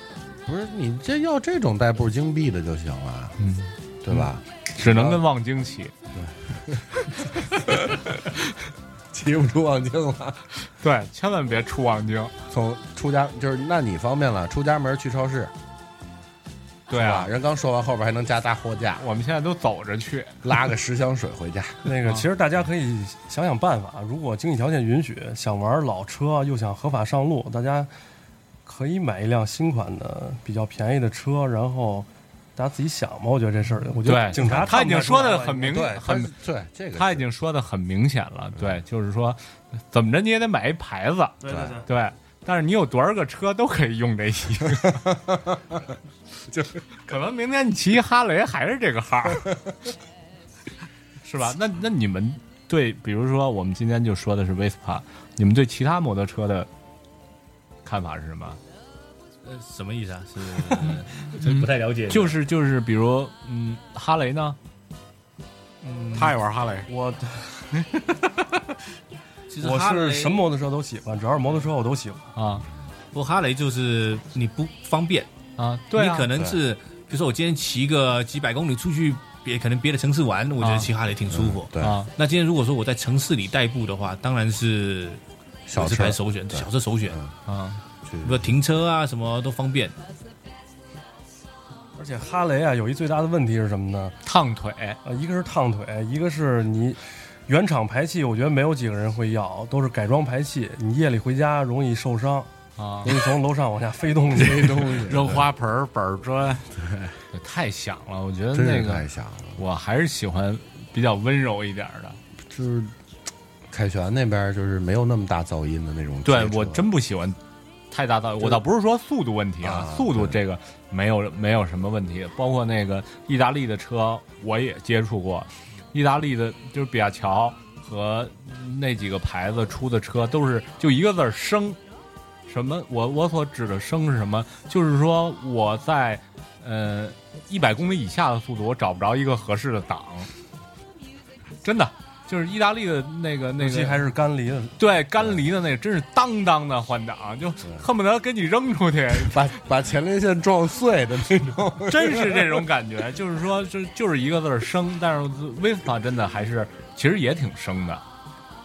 Speaker 6: 不是你这要这种代步金币的就行了，
Speaker 7: 嗯，
Speaker 6: 对吧？
Speaker 7: 只能跟望京骑。
Speaker 6: 骑不出望京了，
Speaker 7: 对，千万别出望京。
Speaker 6: 从出家就是那你方便了，出家门去超市，
Speaker 7: 对
Speaker 6: 对
Speaker 7: 啊，
Speaker 6: 人刚说完后边还能加大货架，
Speaker 7: 我们现在都走着去。
Speaker 6: 拉个十箱水回家，
Speaker 9: 那个，其实大家可以想想办法。如果经济条件允许，想玩老车又想合法上路，大家可以买一辆新款的比较便宜的车，然后大家自己想吧。我觉得这事儿，我觉得
Speaker 7: 对，
Speaker 9: 警察
Speaker 7: 他已经说的
Speaker 9: 的
Speaker 7: 很明，
Speaker 6: 对，
Speaker 7: 很
Speaker 6: 他对这个
Speaker 7: 他已
Speaker 6: 是
Speaker 7: 经说的很明显了。对，就是说，怎么着你也得买一牌子。
Speaker 9: 对对对，
Speaker 7: 对，但是你有多少个车都可以用这一个，就是 可能明天你骑哈雷还是这个号 儿，是吧？那那你们对，比如说我们今天就说的是 Vespa，你们对其他摩托车的看法是什么？
Speaker 10: 呃，什么意思啊？是这不太了解。
Speaker 7: 就是就是，比如嗯，哈雷呢？
Speaker 10: 嗯
Speaker 8: 他也玩哈雷，
Speaker 9: 我
Speaker 10: 其实
Speaker 9: 我
Speaker 10: 哈雷
Speaker 9: 是什么？摩托车都喜欢，只要是摩托车我都喜欢。
Speaker 7: 啊
Speaker 10: 不，哈雷就是你不方便，
Speaker 7: 啊，对啊
Speaker 10: 你可能是比如说我今天骑个几百公里出去，别可能别的城市玩，我觉得
Speaker 7: 啊
Speaker 10: 骑哈雷挺舒服。
Speaker 6: 嗯对
Speaker 7: 啊，
Speaker 10: 那今天如果说我在城市里代步的话，当然是
Speaker 6: 小
Speaker 10: 是
Speaker 6: 车
Speaker 10: 牌首选，
Speaker 6: 对
Speaker 10: 小车首选，
Speaker 7: 啊，
Speaker 6: 去
Speaker 10: 不停车啊什么都方便。
Speaker 9: 而且哈雷啊，有一最大的问题是什么呢？
Speaker 7: 烫腿
Speaker 9: 呃，一个是烫腿，一个是你原厂排气，我觉得没有几个人会要，都是改装排气。你夜里回家容易受伤，
Speaker 7: 啊，
Speaker 9: 容易从楼上往下飞东西。
Speaker 6: 这东西
Speaker 8: 扔花盆儿、板儿砖，
Speaker 7: 太响了，我觉得
Speaker 6: 真
Speaker 7: 那
Speaker 6: 是
Speaker 7: 个
Speaker 6: 太想了，
Speaker 7: 我还是喜欢比较温柔一点儿的。
Speaker 6: 就是凯旋那边就是没有那么大噪音的那种汽车。
Speaker 7: 对我真不喜欢太大噪音，我倒不是说速度问题啊，
Speaker 6: 啊
Speaker 7: 速度这个没有没有什么问题。包括那个意大利的车，我也接触过，意大利的就是比亚乔和那几个牌子出的车都是就一个字儿生。什么？我我所指的生是什么？就是说我在呃一百公里以下的速度，我找不着一个合适的档。真的，就是意大利的那个那
Speaker 9: 尤其
Speaker 7: 个
Speaker 9: 还是甘梨的，
Speaker 7: 对，甘梨的那个真是当当的换挡，就恨不得给你扔出去，
Speaker 6: 把把前列腺撞碎的那种。
Speaker 7: 真是这种感觉。就是说，就就是一个字儿生，但是 Vespa 真的还是其实也挺生的。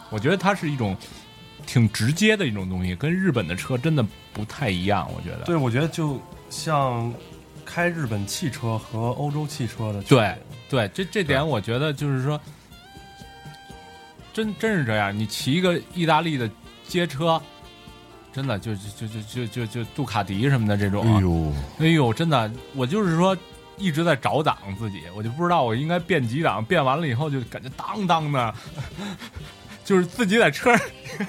Speaker 7: 我觉得它是一种挺直接的一种东西，跟日本的车真的不太一样。我觉得，
Speaker 9: 对我觉得就像开日本汽车和欧洲汽车的区别
Speaker 7: 对对，这这点我觉得就是说，真真是这样。你骑一个意大利的街车，真的就就就就就就杜卡迪什么的这种啊，
Speaker 6: 哎呦，
Speaker 7: 哎呦，真的，我就是说一直在找档自己，我就不知道我应该变几档，变完了以后就感觉当当的， 就是自己在车上，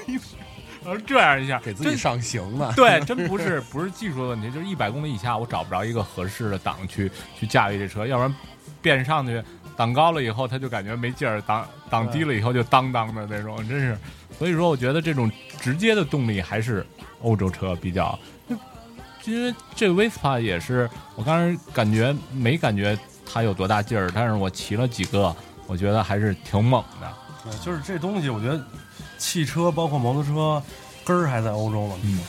Speaker 7: 然后这样一下，
Speaker 6: 给自己
Speaker 7: 真
Speaker 6: 上刑了。
Speaker 7: 对，真不是不是技术的问题，就是一百公里以下我找不着一个合适的档去去驾驭这车，要不然变上去档高了以后他就感觉没劲儿，档档低了以后就当当的那种，真是。所以说，我觉得这种直接的动力还是欧洲车比较，因为这 Vespa 也是我刚才感觉没感觉它有多大劲儿，但是我骑了几个，我觉得还是挺猛的。
Speaker 9: 对，就是这东西，我觉得汽车包括摩托车根儿还在欧洲嘛，
Speaker 7: 嗯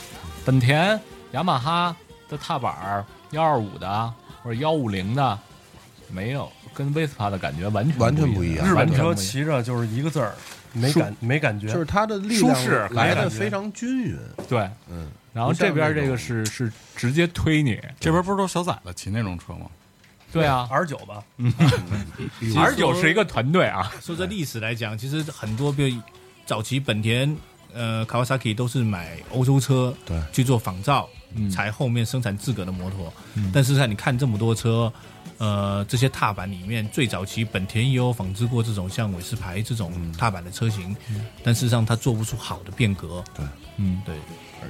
Speaker 7: 本田、雅马哈的踏板幺二五的或者幺五零的，没有跟 Vespa 的感觉完全
Speaker 6: 完全
Speaker 7: 不一
Speaker 6: 不一
Speaker 7: 样。
Speaker 6: 样
Speaker 9: 日
Speaker 7: 完
Speaker 9: 本
Speaker 7: 全不
Speaker 9: 车
Speaker 7: 一样
Speaker 9: 骑着就是一个字儿，没
Speaker 6: 舒
Speaker 9: 感没感觉，
Speaker 6: 就是它的力
Speaker 7: 舒适
Speaker 6: 量来
Speaker 7: 感
Speaker 6: 的
Speaker 9: 觉
Speaker 6: 非常均匀。
Speaker 7: 对，
Speaker 6: 嗯，
Speaker 7: 然后这边这个是是直接推你，
Speaker 8: 这边不是都小崽子骑那种车吗？
Speaker 7: 对啊
Speaker 9: R 九吧，
Speaker 7: ，R 九是一个团队啊，
Speaker 10: 说这历史来讲，其实很多，比如早期本田、呃 Kawasaki 都是买欧洲车
Speaker 6: 对
Speaker 10: 去做仿造，
Speaker 7: 嗯
Speaker 10: 才后面生产自个的摩托。
Speaker 7: 嗯
Speaker 10: 但是看你看这么多车，呃，这些踏板里面最早期本田也有仿制过这种像韦斯牌这种踏板的车型，但事实上它做不出好的变革。
Speaker 7: 嗯，
Speaker 10: 对。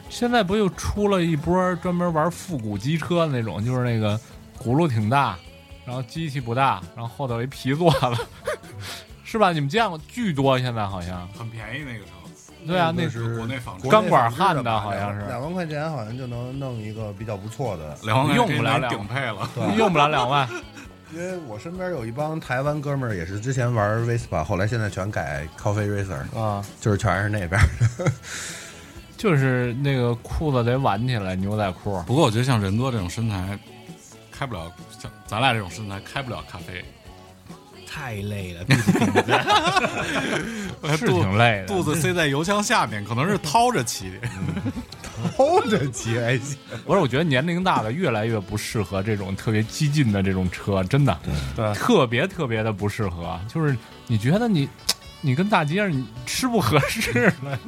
Speaker 7: 现在不又出了一波专门玩复古机车那种，就是那个轱辘挺大，然后机器不大，然后后头有一皮座子， 是吧？你们见过巨多，现在好像
Speaker 8: 很便宜那个车，
Speaker 7: 对啊，那
Speaker 6: 是
Speaker 8: 国内仿制
Speaker 6: 国内
Speaker 7: 钢管
Speaker 6: 仿制
Speaker 7: 焊的
Speaker 6: 吧
Speaker 7: 好像是
Speaker 6: 两万块钱，好像就能弄一个比较不错的。
Speaker 8: 两万块
Speaker 7: 用
Speaker 8: 钱
Speaker 7: 不了
Speaker 8: 可以买
Speaker 7: 两
Speaker 8: 顶配了。
Speaker 6: 对
Speaker 7: 用不了两万，
Speaker 6: 因为我身边有一帮台湾哥们儿，也是之前玩 Vespa，后来现在全改 Coffee Racer，
Speaker 9: 啊，
Speaker 6: 就是全是那 边的。
Speaker 7: 就是那个裤子得挽起来，牛仔裤。
Speaker 8: 不过我觉得像仁哥这种身材，开不了像咱俩这种身材开不了咖啡，
Speaker 10: 太累了，肚子顶不住
Speaker 7: 是挺累的，
Speaker 8: 哎肚子塞在油箱下面，可能是掏着骑。
Speaker 6: 偷着骑还行，
Speaker 7: 不是，我觉得年龄大的越来越不适合这种特别激进的这种车，真的，
Speaker 9: 对
Speaker 7: 特别特别的不适合。就是你觉得你，你跟大街上你吃不合适了，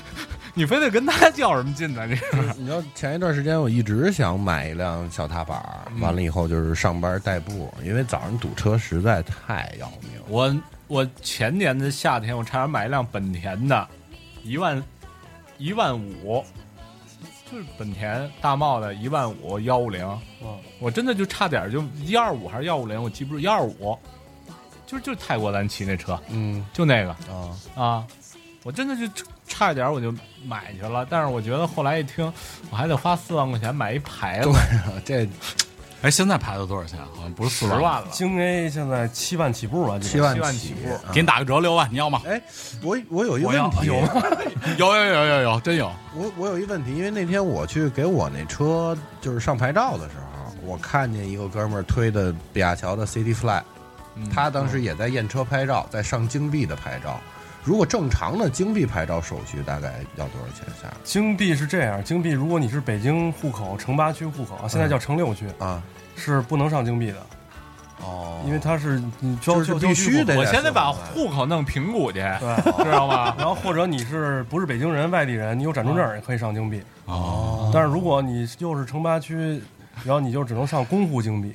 Speaker 7: 你非得跟他较什么劲呢？这是
Speaker 6: 你知道前一段时间我一直想买一辆小踏板儿，完了以后就是上班代步，因为早上堵车实在太要命了。
Speaker 7: 我我前年的夏天，我差点买一辆本田的，一万一万五，就是本田大贸的一万五幺五零
Speaker 9: 嗯，
Speaker 7: 我真的就差点就一二五还是幺五零，我记不住幺二五，就是就是泰国咱骑那车，
Speaker 6: 嗯
Speaker 7: 就那个
Speaker 6: 啊，
Speaker 7: 啊，我真的就差一点我就买去了，但是我觉得后来一听，我还得花四万块钱买一牌子，
Speaker 6: 这
Speaker 8: 啊哎，现在牌子多少钱？好像不是
Speaker 7: 十
Speaker 8: 四
Speaker 7: 万
Speaker 8: 万，
Speaker 7: 了，
Speaker 9: 京 A 现在七万起步吧，基
Speaker 6: 七
Speaker 9: 本上
Speaker 6: 万
Speaker 7: 万
Speaker 6: 起
Speaker 7: 起步
Speaker 6: 啊
Speaker 8: 给你打个折六万，你要吗？
Speaker 6: 哎，我我哎有一个
Speaker 8: 我要
Speaker 6: 问题，
Speaker 8: 有 有有有有有，真有。
Speaker 6: 我我有一问题，因为那天我去给我那车就是上牌照的时候，我看见一个哥们儿推的比亚乔的 City Fly，他当时也在验车拍照，在上京 B 的牌照。如果正常的京 B 牌照手续大概要多少钱下来
Speaker 9: 京 B 是这样，京 B 如果你是北京户口、城八区户口，啊现在叫城六区，
Speaker 6: 啊？
Speaker 9: 是不能上京 B 的，
Speaker 6: 哦
Speaker 9: 因为它是你郊
Speaker 6: 就是
Speaker 9: 区
Speaker 6: 必须得
Speaker 7: 我
Speaker 6: 在
Speaker 7: 现在把
Speaker 6: 四环外
Speaker 7: 户口弄平谷去，
Speaker 9: 对。
Speaker 7: 知道 吗？
Speaker 9: 然后或者你是不是北京人、外地人，你有暂住证也可以上京 B，
Speaker 8: 哦，
Speaker 9: 但是如果你又是城八区，然后你就只能上公户京 B，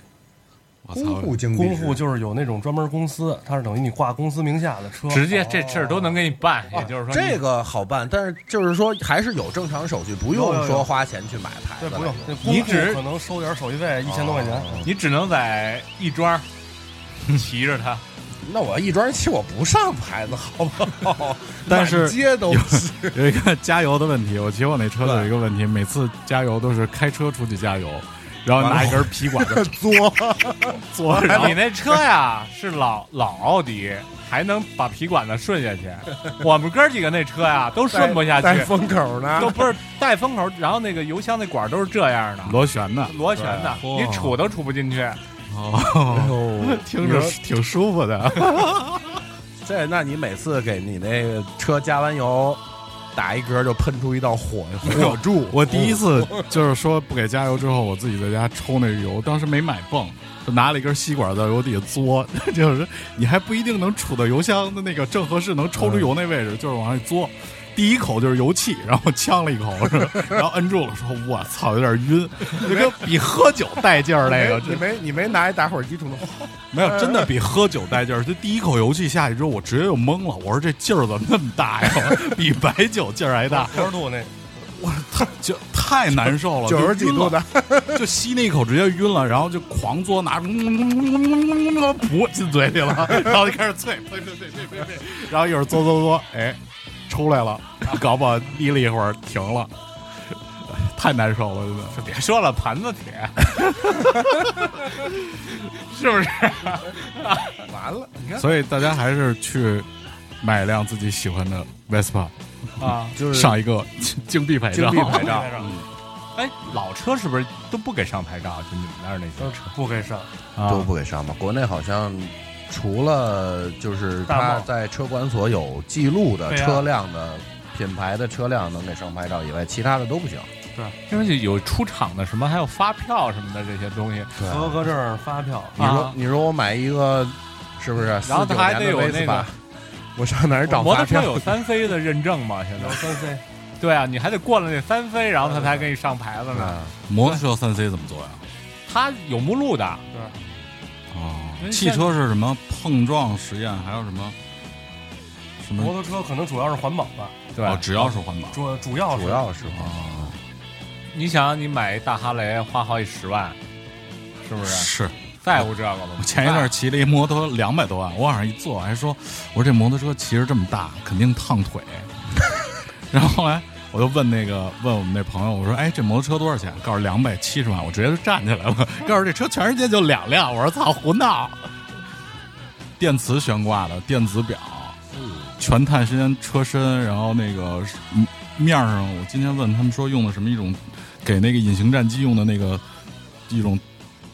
Speaker 8: 我
Speaker 6: 功
Speaker 8: 操，
Speaker 6: 夫经济
Speaker 9: 功
Speaker 6: 是
Speaker 9: 夫就是有那种专门公司，它是等于你挂公司名下的车，
Speaker 7: 直接这事儿都能给你办，也就是说你
Speaker 6: 哦这个好办，但是就是说还是有正常手续，不
Speaker 9: 有有
Speaker 6: 用
Speaker 9: 有
Speaker 6: 说花钱去买牌
Speaker 9: 对，
Speaker 6: 子了。
Speaker 9: 不用，那
Speaker 7: 你
Speaker 9: 功夫
Speaker 7: 只
Speaker 9: 可能收点手续费，一千多块钱。
Speaker 7: 你只能在亦庄 骑着它。
Speaker 6: 那我一砖漆我不上牌子，好不好？
Speaker 8: 但是
Speaker 6: 满街都是，
Speaker 8: 有一个加油的问题，我骑我那车的有一个问题，每次加油都是开车出去加油，然 后拿一根皮管子
Speaker 6: 作。
Speaker 8: 嘬，然后
Speaker 7: 哎你那车呀是老老奥迪，还能把皮管子顺下 去。我们哥几个那车呀都顺不下
Speaker 6: 在
Speaker 7: 去，
Speaker 6: 风口呢
Speaker 7: 都。不是带风口，然后那个油箱那管都是这样的，
Speaker 8: 螺旋的，
Speaker 7: 螺旋的，
Speaker 8: 对
Speaker 7: 你杵都杵不进去。
Speaker 8: 哦，听着挺舒服的。
Speaker 6: 这，那你每次给你那个车加完油，打一嗝就喷出一道火火柱。
Speaker 8: 我第一次就是说不给加油之后，我自己在家抽那个 油，当时没买泵，就拿了一根吸管在油底下嘬， 就是你还不一定能杵到油箱的那个正合适能抽出油那位置，就是往上一嘬。第一口就是油气，然后呛了一口， 然后摁住了，说：“我操，有点晕，就跟比喝酒带劲儿 那个，
Speaker 6: 你没你没你没拿一打火机冲动，
Speaker 8: 没有，真的比喝酒带劲儿。这第一口油气下去之后，我直接就懵了，我说这劲儿怎么那么大呀？ 比白酒劲儿还大，
Speaker 9: 多少度那？
Speaker 8: 我说太就太难受了，
Speaker 6: 九十几度的，
Speaker 8: 就吸那一口直接晕了，然后就狂嘬，拿着噗进嘴里了，然后就开始啐，呸呸呸呸呸，然后一会儿嘬嘬嘬，哎，出来了，搞不好滴了一会儿停了，太难受了，真的。
Speaker 7: 别说了，盘子 铁，是不是？
Speaker 6: 完了，你看，
Speaker 8: 所以大家还是去买一辆自己喜欢的 Vespa，
Speaker 6: 嗯
Speaker 7: 啊，
Speaker 6: 就是
Speaker 8: 上一个 禁闭牌照
Speaker 6: 禁闭，牌照，
Speaker 7: 哎，老车是不是都不给上牌照？啊就你们那儿那些车
Speaker 9: 不可以上，
Speaker 7: 啊
Speaker 6: 都不给上吧？国内好像除了就是
Speaker 9: 大
Speaker 6: 他
Speaker 9: 贸
Speaker 6: 在车管所有记录的
Speaker 9: 对啊
Speaker 6: 车辆的品牌的车辆能给上牌照以外，其他的都不行。
Speaker 7: 因为有出厂的什么，还有发票什么的这些东西，
Speaker 6: 对
Speaker 9: 合格证、发票，
Speaker 6: 你说
Speaker 7: 哦啊
Speaker 6: 你说我买一个是不是？啊
Speaker 7: 后他还得有那个
Speaker 6: 49年的 Vespa，我上哪儿找
Speaker 7: 摩
Speaker 6: 发
Speaker 7: 托车
Speaker 6: 票？
Speaker 7: 有三非的认证吗？现在
Speaker 9: 有三 C，
Speaker 7: 对啊，你还得过了那三非，然后他才给你上牌子呢。
Speaker 9: 嗯
Speaker 6: 啊，
Speaker 8: 摩托车三 C 怎么做呀？
Speaker 7: 他有目录的，
Speaker 8: 哦
Speaker 7: 嗯
Speaker 8: 汽车是什么碰撞实验，还有什么什
Speaker 9: 摩
Speaker 8: 么？
Speaker 9: 托车可能主要是环保吧，
Speaker 7: 对
Speaker 8: 哦，只要是环保
Speaker 9: 主主要是
Speaker 6: 主要是
Speaker 8: 哦，
Speaker 7: 你想想，你买一大哈雷花好几十万，是不是？
Speaker 8: 是
Speaker 7: 在乎这个吗
Speaker 8: 我？前一
Speaker 7: 啊
Speaker 8: 段骑了一摩托两百多万，我往上一坐还说，我说这摩托车骑着这么大，肯定烫腿。 然后后来我就问那个问我们那朋友，我说哎这摩托车多少钱？告诉两百七十万，我直接就站起来了， 告诉这车全世界就两辆，我说操胡闹。电磁悬挂的电子表，全碳纤车身，然后那个嗯面儿上，我今天问他们说用的什么一种给那个隐形战机用的那个一种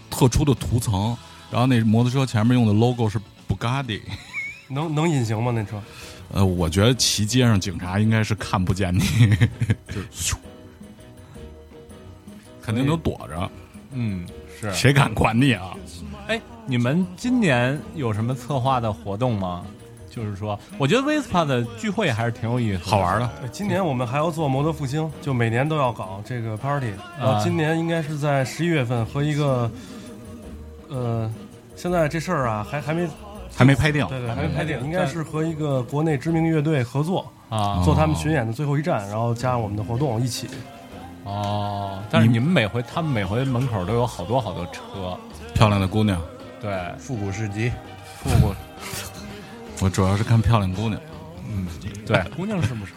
Speaker 8: 特殊的涂层，然后那摩托车前面用的 logo 是 Bugatti，
Speaker 9: 能能隐形吗？那车
Speaker 8: 呃，我觉得骑街上警察应该是看不见你， 就是咻肯定都躲着，
Speaker 7: 嗯，是。
Speaker 8: 谁敢管你啊？
Speaker 7: 哎，你们今年有什么策划的活动吗？就是说，我觉得 Vespa 的聚会还是挺有意思、
Speaker 8: 好玩的。
Speaker 9: 对今年我们还要做摩托复兴，就每年都要搞这个 party。然后今年应该是在十一月份和一个，呃，现在这事儿啊还还没
Speaker 8: 还没拍定，
Speaker 9: 对对还没拍定，应该
Speaker 7: 但
Speaker 9: 是和一个国内知名乐队合作，
Speaker 7: 啊。
Speaker 9: 做他们巡演的最后一站，然后加上我们的活动一起。
Speaker 7: 哦，但是你们每回，他们每回门口都有好多好多车，
Speaker 8: 漂亮的姑娘，
Speaker 7: 对，
Speaker 6: 复古市集，
Speaker 7: 不不，
Speaker 8: 我主要是看漂亮姑娘。
Speaker 7: 对，姑娘是不少。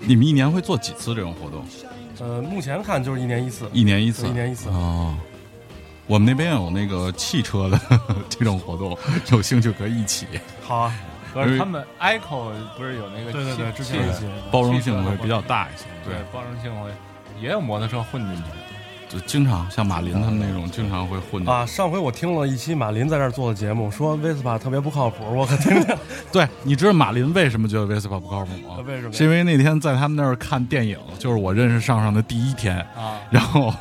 Speaker 8: 你们一年会做几次这种活动？
Speaker 9: 呃，目前看就是一年一次，
Speaker 8: 一年一次，
Speaker 9: 一年一次
Speaker 8: 哦。我们那边有那个汽车的 这种活动，有兴趣可以一起，
Speaker 9: 好啊，
Speaker 7: 不是他们 Echo 不是有那个
Speaker 9: 对对对，之前
Speaker 7: 气
Speaker 9: 一起。
Speaker 8: 包容性会比较大一些。
Speaker 7: 对，包容性会也有摩托车混进去。
Speaker 8: 就经常像马林他们那种，经常会混的。
Speaker 9: 啊，上回我听了一期马林在这儿做的节目，说 Vespa 特别不靠谱，我可听见了。
Speaker 8: 对，你知道马林为什么觉得 Vespa 不靠谱吗？
Speaker 7: 呃
Speaker 9: 为什么呀
Speaker 8: 是因为那天在他们那儿看电影，就是我认识上上的第一天
Speaker 7: 啊
Speaker 8: 然后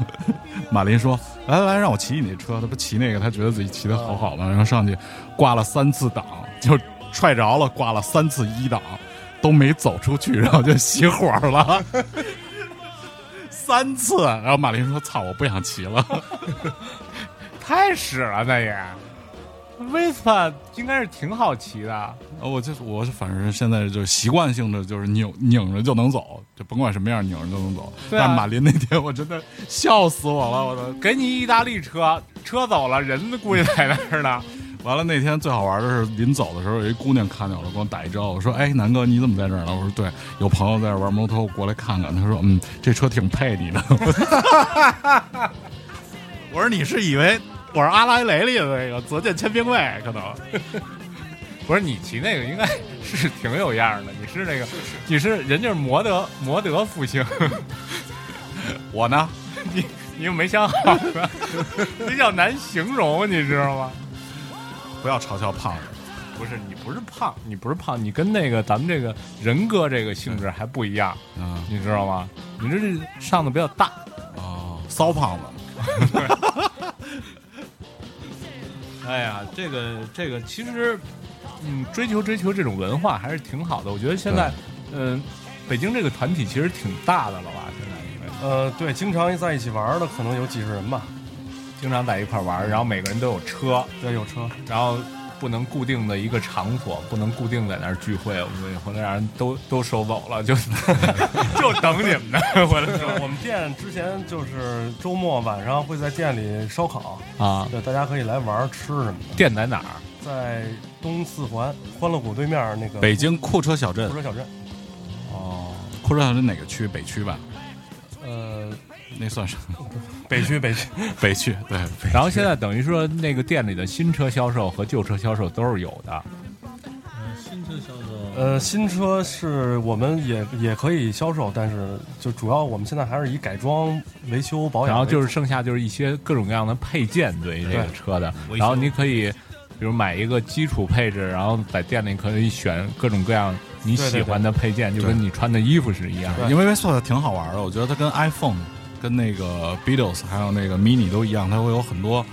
Speaker 8: 马林说：“来来来，让我骑你那车。”他不骑那个，他觉得自己骑的好好嘛，然后上去挂了三次档，就踹着了，挂了三次一档，都没走出去， 然后就熄火了。三次，然后马林说：“操，我不想骑了。”
Speaker 7: 太屎了，那也。Vespa 应该是挺好骑的，
Speaker 8: 呃，我就我是反正现在就习惯性的就是拧拧着就能走，就甭管什么样拧着就能走。
Speaker 7: 对啊
Speaker 8: 但马林那天我真的笑死我了，我都
Speaker 7: 给你意大利车，车走了，人估计在那儿呢。
Speaker 8: 完了那天最好玩的是临走的时候有一姑娘看见我了，跟我打一招呼，我说：“哎，南哥你怎么在这儿呢？”我说：“对，有朋友在这儿玩摩托，我过来看看。”她说：“嗯，这车挺配你的。” 我说：“你是以为我是阿拉蕾里的那个左键千兵卫可能？”
Speaker 7: 不是你骑那个应该是挺有样儿的，你是那个，你是人家是摩德摩德复兴，
Speaker 8: 我呢？
Speaker 7: 你你又没想好呢， 比较难形容，你知道吗？
Speaker 8: 不要嘲笑胖子。
Speaker 7: 不是你不是胖，你不是胖，你跟那个咱们这个人哥这个性质还不一样，
Speaker 8: 嗯
Speaker 7: 你知道吗？你这是上的比较大，
Speaker 8: 哦，骚胖子。
Speaker 7: 哎呀，这个这个其实，嗯，追求追求这种文化还是挺好的。我觉得现在，嗯、北京这个团体其实挺大的了吧？现在因为
Speaker 9: 呃，对，经常在一起玩的可能有几十人吧。
Speaker 7: 经常在一块儿玩儿，然后每个人都有车，
Speaker 9: 嗯对，有车。
Speaker 7: 然后不能固定的一个场所，不能固定在那儿聚会。我们回来让人 都都收走了，就 就等你们呢。回来
Speaker 9: 呃我们店之前就是周末晚上会在店里烧烤，
Speaker 7: 啊，
Speaker 9: 对，大家可以来玩儿吃什么的。
Speaker 7: 店在哪儿？
Speaker 9: 在东四环欢乐谷对面那个
Speaker 8: 北京库车小镇
Speaker 9: 火，车小镇，
Speaker 7: 哦，
Speaker 8: 库车小镇哪个区？北区吧，
Speaker 9: 呃，
Speaker 8: 那算是
Speaker 9: 北区北区，
Speaker 8: 北区。对，北
Speaker 7: 然后现在等于说那个店里的新车销售和旧车销售都是有的。
Speaker 10: 新车销售
Speaker 9: 呃，新车是我们也也可以销售，但是就主要我们现在还是以改装、维修、保
Speaker 7: 然
Speaker 9: 养
Speaker 7: 后
Speaker 9: 为主，
Speaker 7: 就是剩下就是一些各种各样的配件对于这个车的，
Speaker 10: 维修
Speaker 7: 然后你可以比如买一个基础配置，然后在店里可以选各种各样你
Speaker 9: 对
Speaker 7: 喜
Speaker 9: 对
Speaker 7: 欢的配件，就跟你穿的衣服是一样的。
Speaker 8: 因为 Vespa 挺好玩的，我觉得它跟 iPhone、跟那个 Beatles 还有那个 Mini 都一样，它会有很多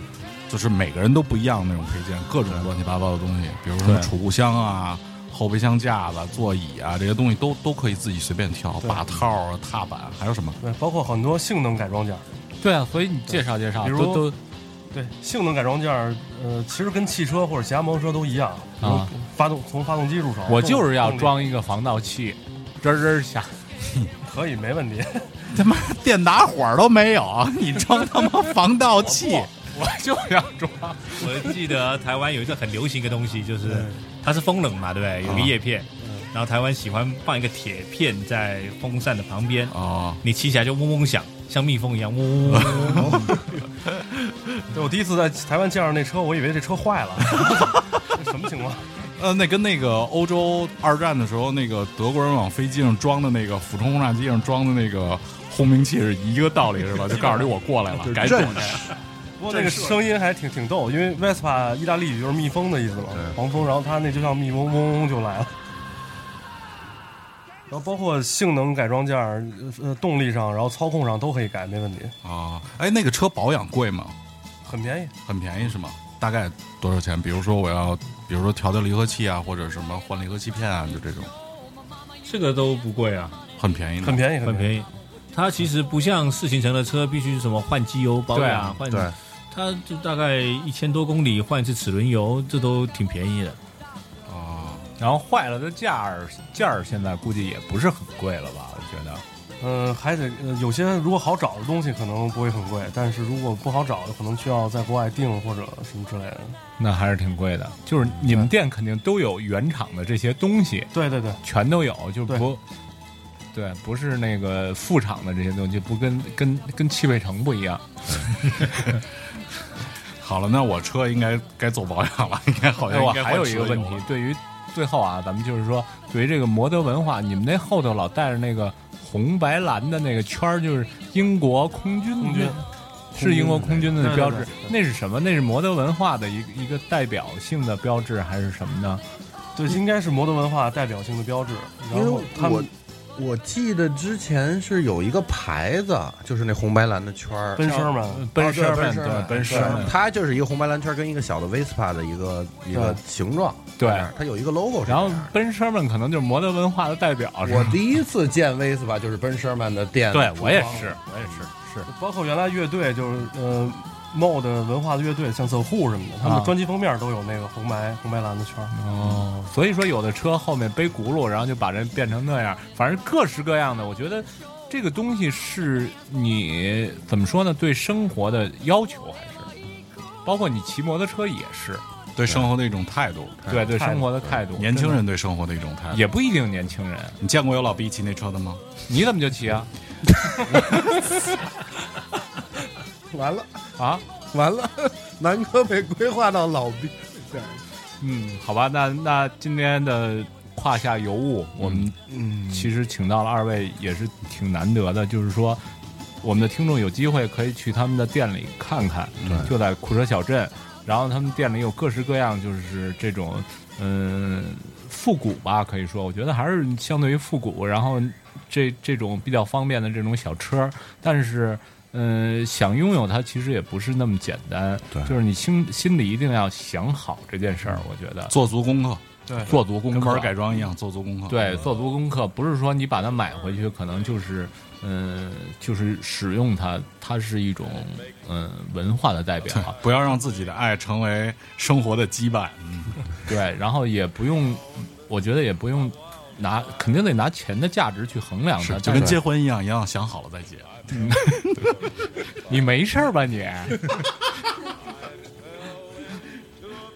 Speaker 8: 就是每个人都不一样的那种配件，各种乱七八糟的东西，比如说什么
Speaker 7: 对
Speaker 8: 储物箱啊、后备箱架子、座椅啊这些东西都都可以自己随便挑，
Speaker 9: 对
Speaker 8: 把套啊、踏板还有什么？
Speaker 9: 对，呃包括很多性能改装件儿。
Speaker 7: 对啊，所以你介绍介绍，
Speaker 9: 比如
Speaker 7: 都都
Speaker 9: 对，性能改装件儿，呃，其实跟汽车或者其他摩托车都一样，比如
Speaker 7: 啊
Speaker 9: 发动从发动机入手，
Speaker 7: 我就是要
Speaker 9: 动力
Speaker 7: 装一个防盗器，吱吱响。
Speaker 9: 可以没问题。
Speaker 8: 他妈电打火都没有，你装他妈防盗器？
Speaker 7: 我就要装，
Speaker 10: 我记得台湾有一个很流行一个东西，就是它是风冷嘛，对不对？有个叶片，然后台湾喜欢放一个铁片在风扇的旁边，
Speaker 8: 哦，
Speaker 10: 你骑起来就嗡嗡响，像蜜蜂一样嗡嗡嗡嗡嗡。
Speaker 9: 对，我第一次在台湾见着那车，我以为这车坏 了，这什么情况？
Speaker 8: 呃，那跟那个欧洲二战的时候，那个德国人往飞机上装的那个俯冲轰炸机上装的那个轰鸣器是一个道理，是 吧？就告诉你我过来了，赶紧过来。
Speaker 9: 不过那个声音还挺挺逗，因为 Vespa 意大利语就是蜜蜂的意思嘛，黄蜂，然后它那就像蜜蜂嗡嗡就来了。然后包括性能改装件儿，呃，动力上，然后操控上都可以改，没问题，
Speaker 8: 啊！哎，那个车保养贵吗？
Speaker 9: 很便宜。
Speaker 8: 很便宜是吗？大概多少钱？比如说我要，比如说调调离合器啊，或者什么换离合器片啊，就这种
Speaker 10: 这个都不贵啊，
Speaker 8: 很便宜的。
Speaker 9: 很便宜，
Speaker 10: 很
Speaker 9: 宜。
Speaker 10: 便宜。它其实不像四行程的车，必须什么换机油保
Speaker 7: 对
Speaker 10: 养
Speaker 7: 啊，
Speaker 10: 换
Speaker 6: 对
Speaker 10: 它就大概一千多公里换一次齿轮油，这都挺便宜的。
Speaker 8: 啊，
Speaker 7: 然后坏了的价儿价儿现在估计也不是很贵了吧？我觉得
Speaker 9: 嗯、还得、呃、有些如果好找的东西可能不会很贵，但是如果不好找的，可能需要在国外订或者什么之类的。
Speaker 7: 那还是挺贵的。就是你们店肯定都有原厂的这些东西，
Speaker 9: 对对对，
Speaker 7: 全都有，就不对，不是那个副厂的这些东西，不跟跟跟汽配城不一样。
Speaker 8: 好了，那我车应该该做保养了，应该好像
Speaker 7: 哎我
Speaker 8: 应该
Speaker 7: 还有一个
Speaker 8: 换车
Speaker 7: 问
Speaker 8: 油
Speaker 7: 题
Speaker 8: 了，
Speaker 7: 对于最后啊，咱们就是说，对于这个摩登文化，你们那后头老带着那个红白蓝的那个圈儿，就是英国空军
Speaker 9: 空军
Speaker 7: 是英国空军的
Speaker 9: 对对
Speaker 7: 标志
Speaker 9: 对，
Speaker 7: 那是什么？那是摩登文化的一个一个代表性的标志，还是什么呢？
Speaker 9: 对，应该是摩登文化代表性的标志。然
Speaker 6: 因
Speaker 9: 后
Speaker 6: 为
Speaker 9: 他
Speaker 6: 我
Speaker 9: 们
Speaker 6: 我记得之前是有一个牌子，就是那红白蓝的圈儿，
Speaker 9: 奔声嘛，
Speaker 7: 奔驰
Speaker 6: 哦
Speaker 7: 们，
Speaker 6: 对奔驰
Speaker 7: 对
Speaker 6: 们
Speaker 7: 奔驰
Speaker 6: 对
Speaker 7: 们，
Speaker 6: 它就是一个红白蓝圈儿跟一个小的 Vespa 的一个一个形状，
Speaker 7: 对
Speaker 6: 这样它有一个 logo 是
Speaker 7: 然后
Speaker 6: 这样的
Speaker 7: 奔驰们可能就是摩登文化的代表。是吧
Speaker 6: 我第一次见 Vespa 就是奔驰曼的店，
Speaker 7: 对我也是，我也是，是
Speaker 9: 包括原来乐队就是呃 mod 文化的乐队，像 The Who 什么的，他们
Speaker 7: 啊
Speaker 9: 的专辑封面都有那个红白红白蓝的圈儿。
Speaker 7: 哦，所以说有的车后面背轱辘，然后就把人变成那样，反正各式各样的。我觉得这个东西是你怎么说呢？对生活的要求还是，包括你骑摩托车也是，
Speaker 8: 对生活的一种嗯态度，
Speaker 7: 对对生活的态度。
Speaker 8: 年轻人对生活的一种态
Speaker 7: 真的
Speaker 8: 度。
Speaker 7: 也不一定年轻人，
Speaker 8: 你见过有老逼骑那车的吗？
Speaker 7: 你怎么就骑啊？
Speaker 6: 完了
Speaker 7: 啊，
Speaker 6: 完了， 南哥被规划到老逼。对
Speaker 7: 嗯，好吧，那那今天的胯下尤物，我们
Speaker 6: 嗯
Speaker 7: 其实请到了二位也是挺难得的，就是说我们的听众有机会可以去他们的店里看看，
Speaker 6: 对
Speaker 7: 就在库车小镇，然后他们店里有各式各样就是这种嗯复古吧，可以说我觉得还是相对于复古，然后这这种比较方便的这种小车，但是。嗯，想拥有它其实也不是那么简单，
Speaker 6: 对
Speaker 7: 就是你心心里一定要想好这件事儿，我觉得
Speaker 8: 做足功课，
Speaker 9: 对
Speaker 8: 做足功课，
Speaker 7: 课
Speaker 8: 跟玩改装一样，做足功课。
Speaker 7: 对，做足功课，不是说你把它买回去，可能就是，嗯、就是使用它，它是一种嗯、文化的代表啊
Speaker 8: 对，不要让自己的爱成为生活的羁绊。
Speaker 7: 对，然后也不用，我觉得也不用拿，肯定得拿钱的价值去衡量它，
Speaker 8: 嗯就
Speaker 7: 但
Speaker 8: 跟
Speaker 7: 是
Speaker 8: 结婚一样，一样想好了再结。
Speaker 7: 你没事儿吧你？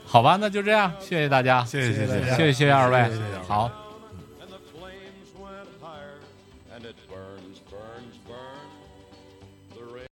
Speaker 7: 好吧，那就这样，谢谢大家，谢
Speaker 8: 谢谢谢
Speaker 7: 谢谢二位，
Speaker 6: 谢谢二位
Speaker 7: 好。
Speaker 11: And the flames went higher, and it burns, burns, burns.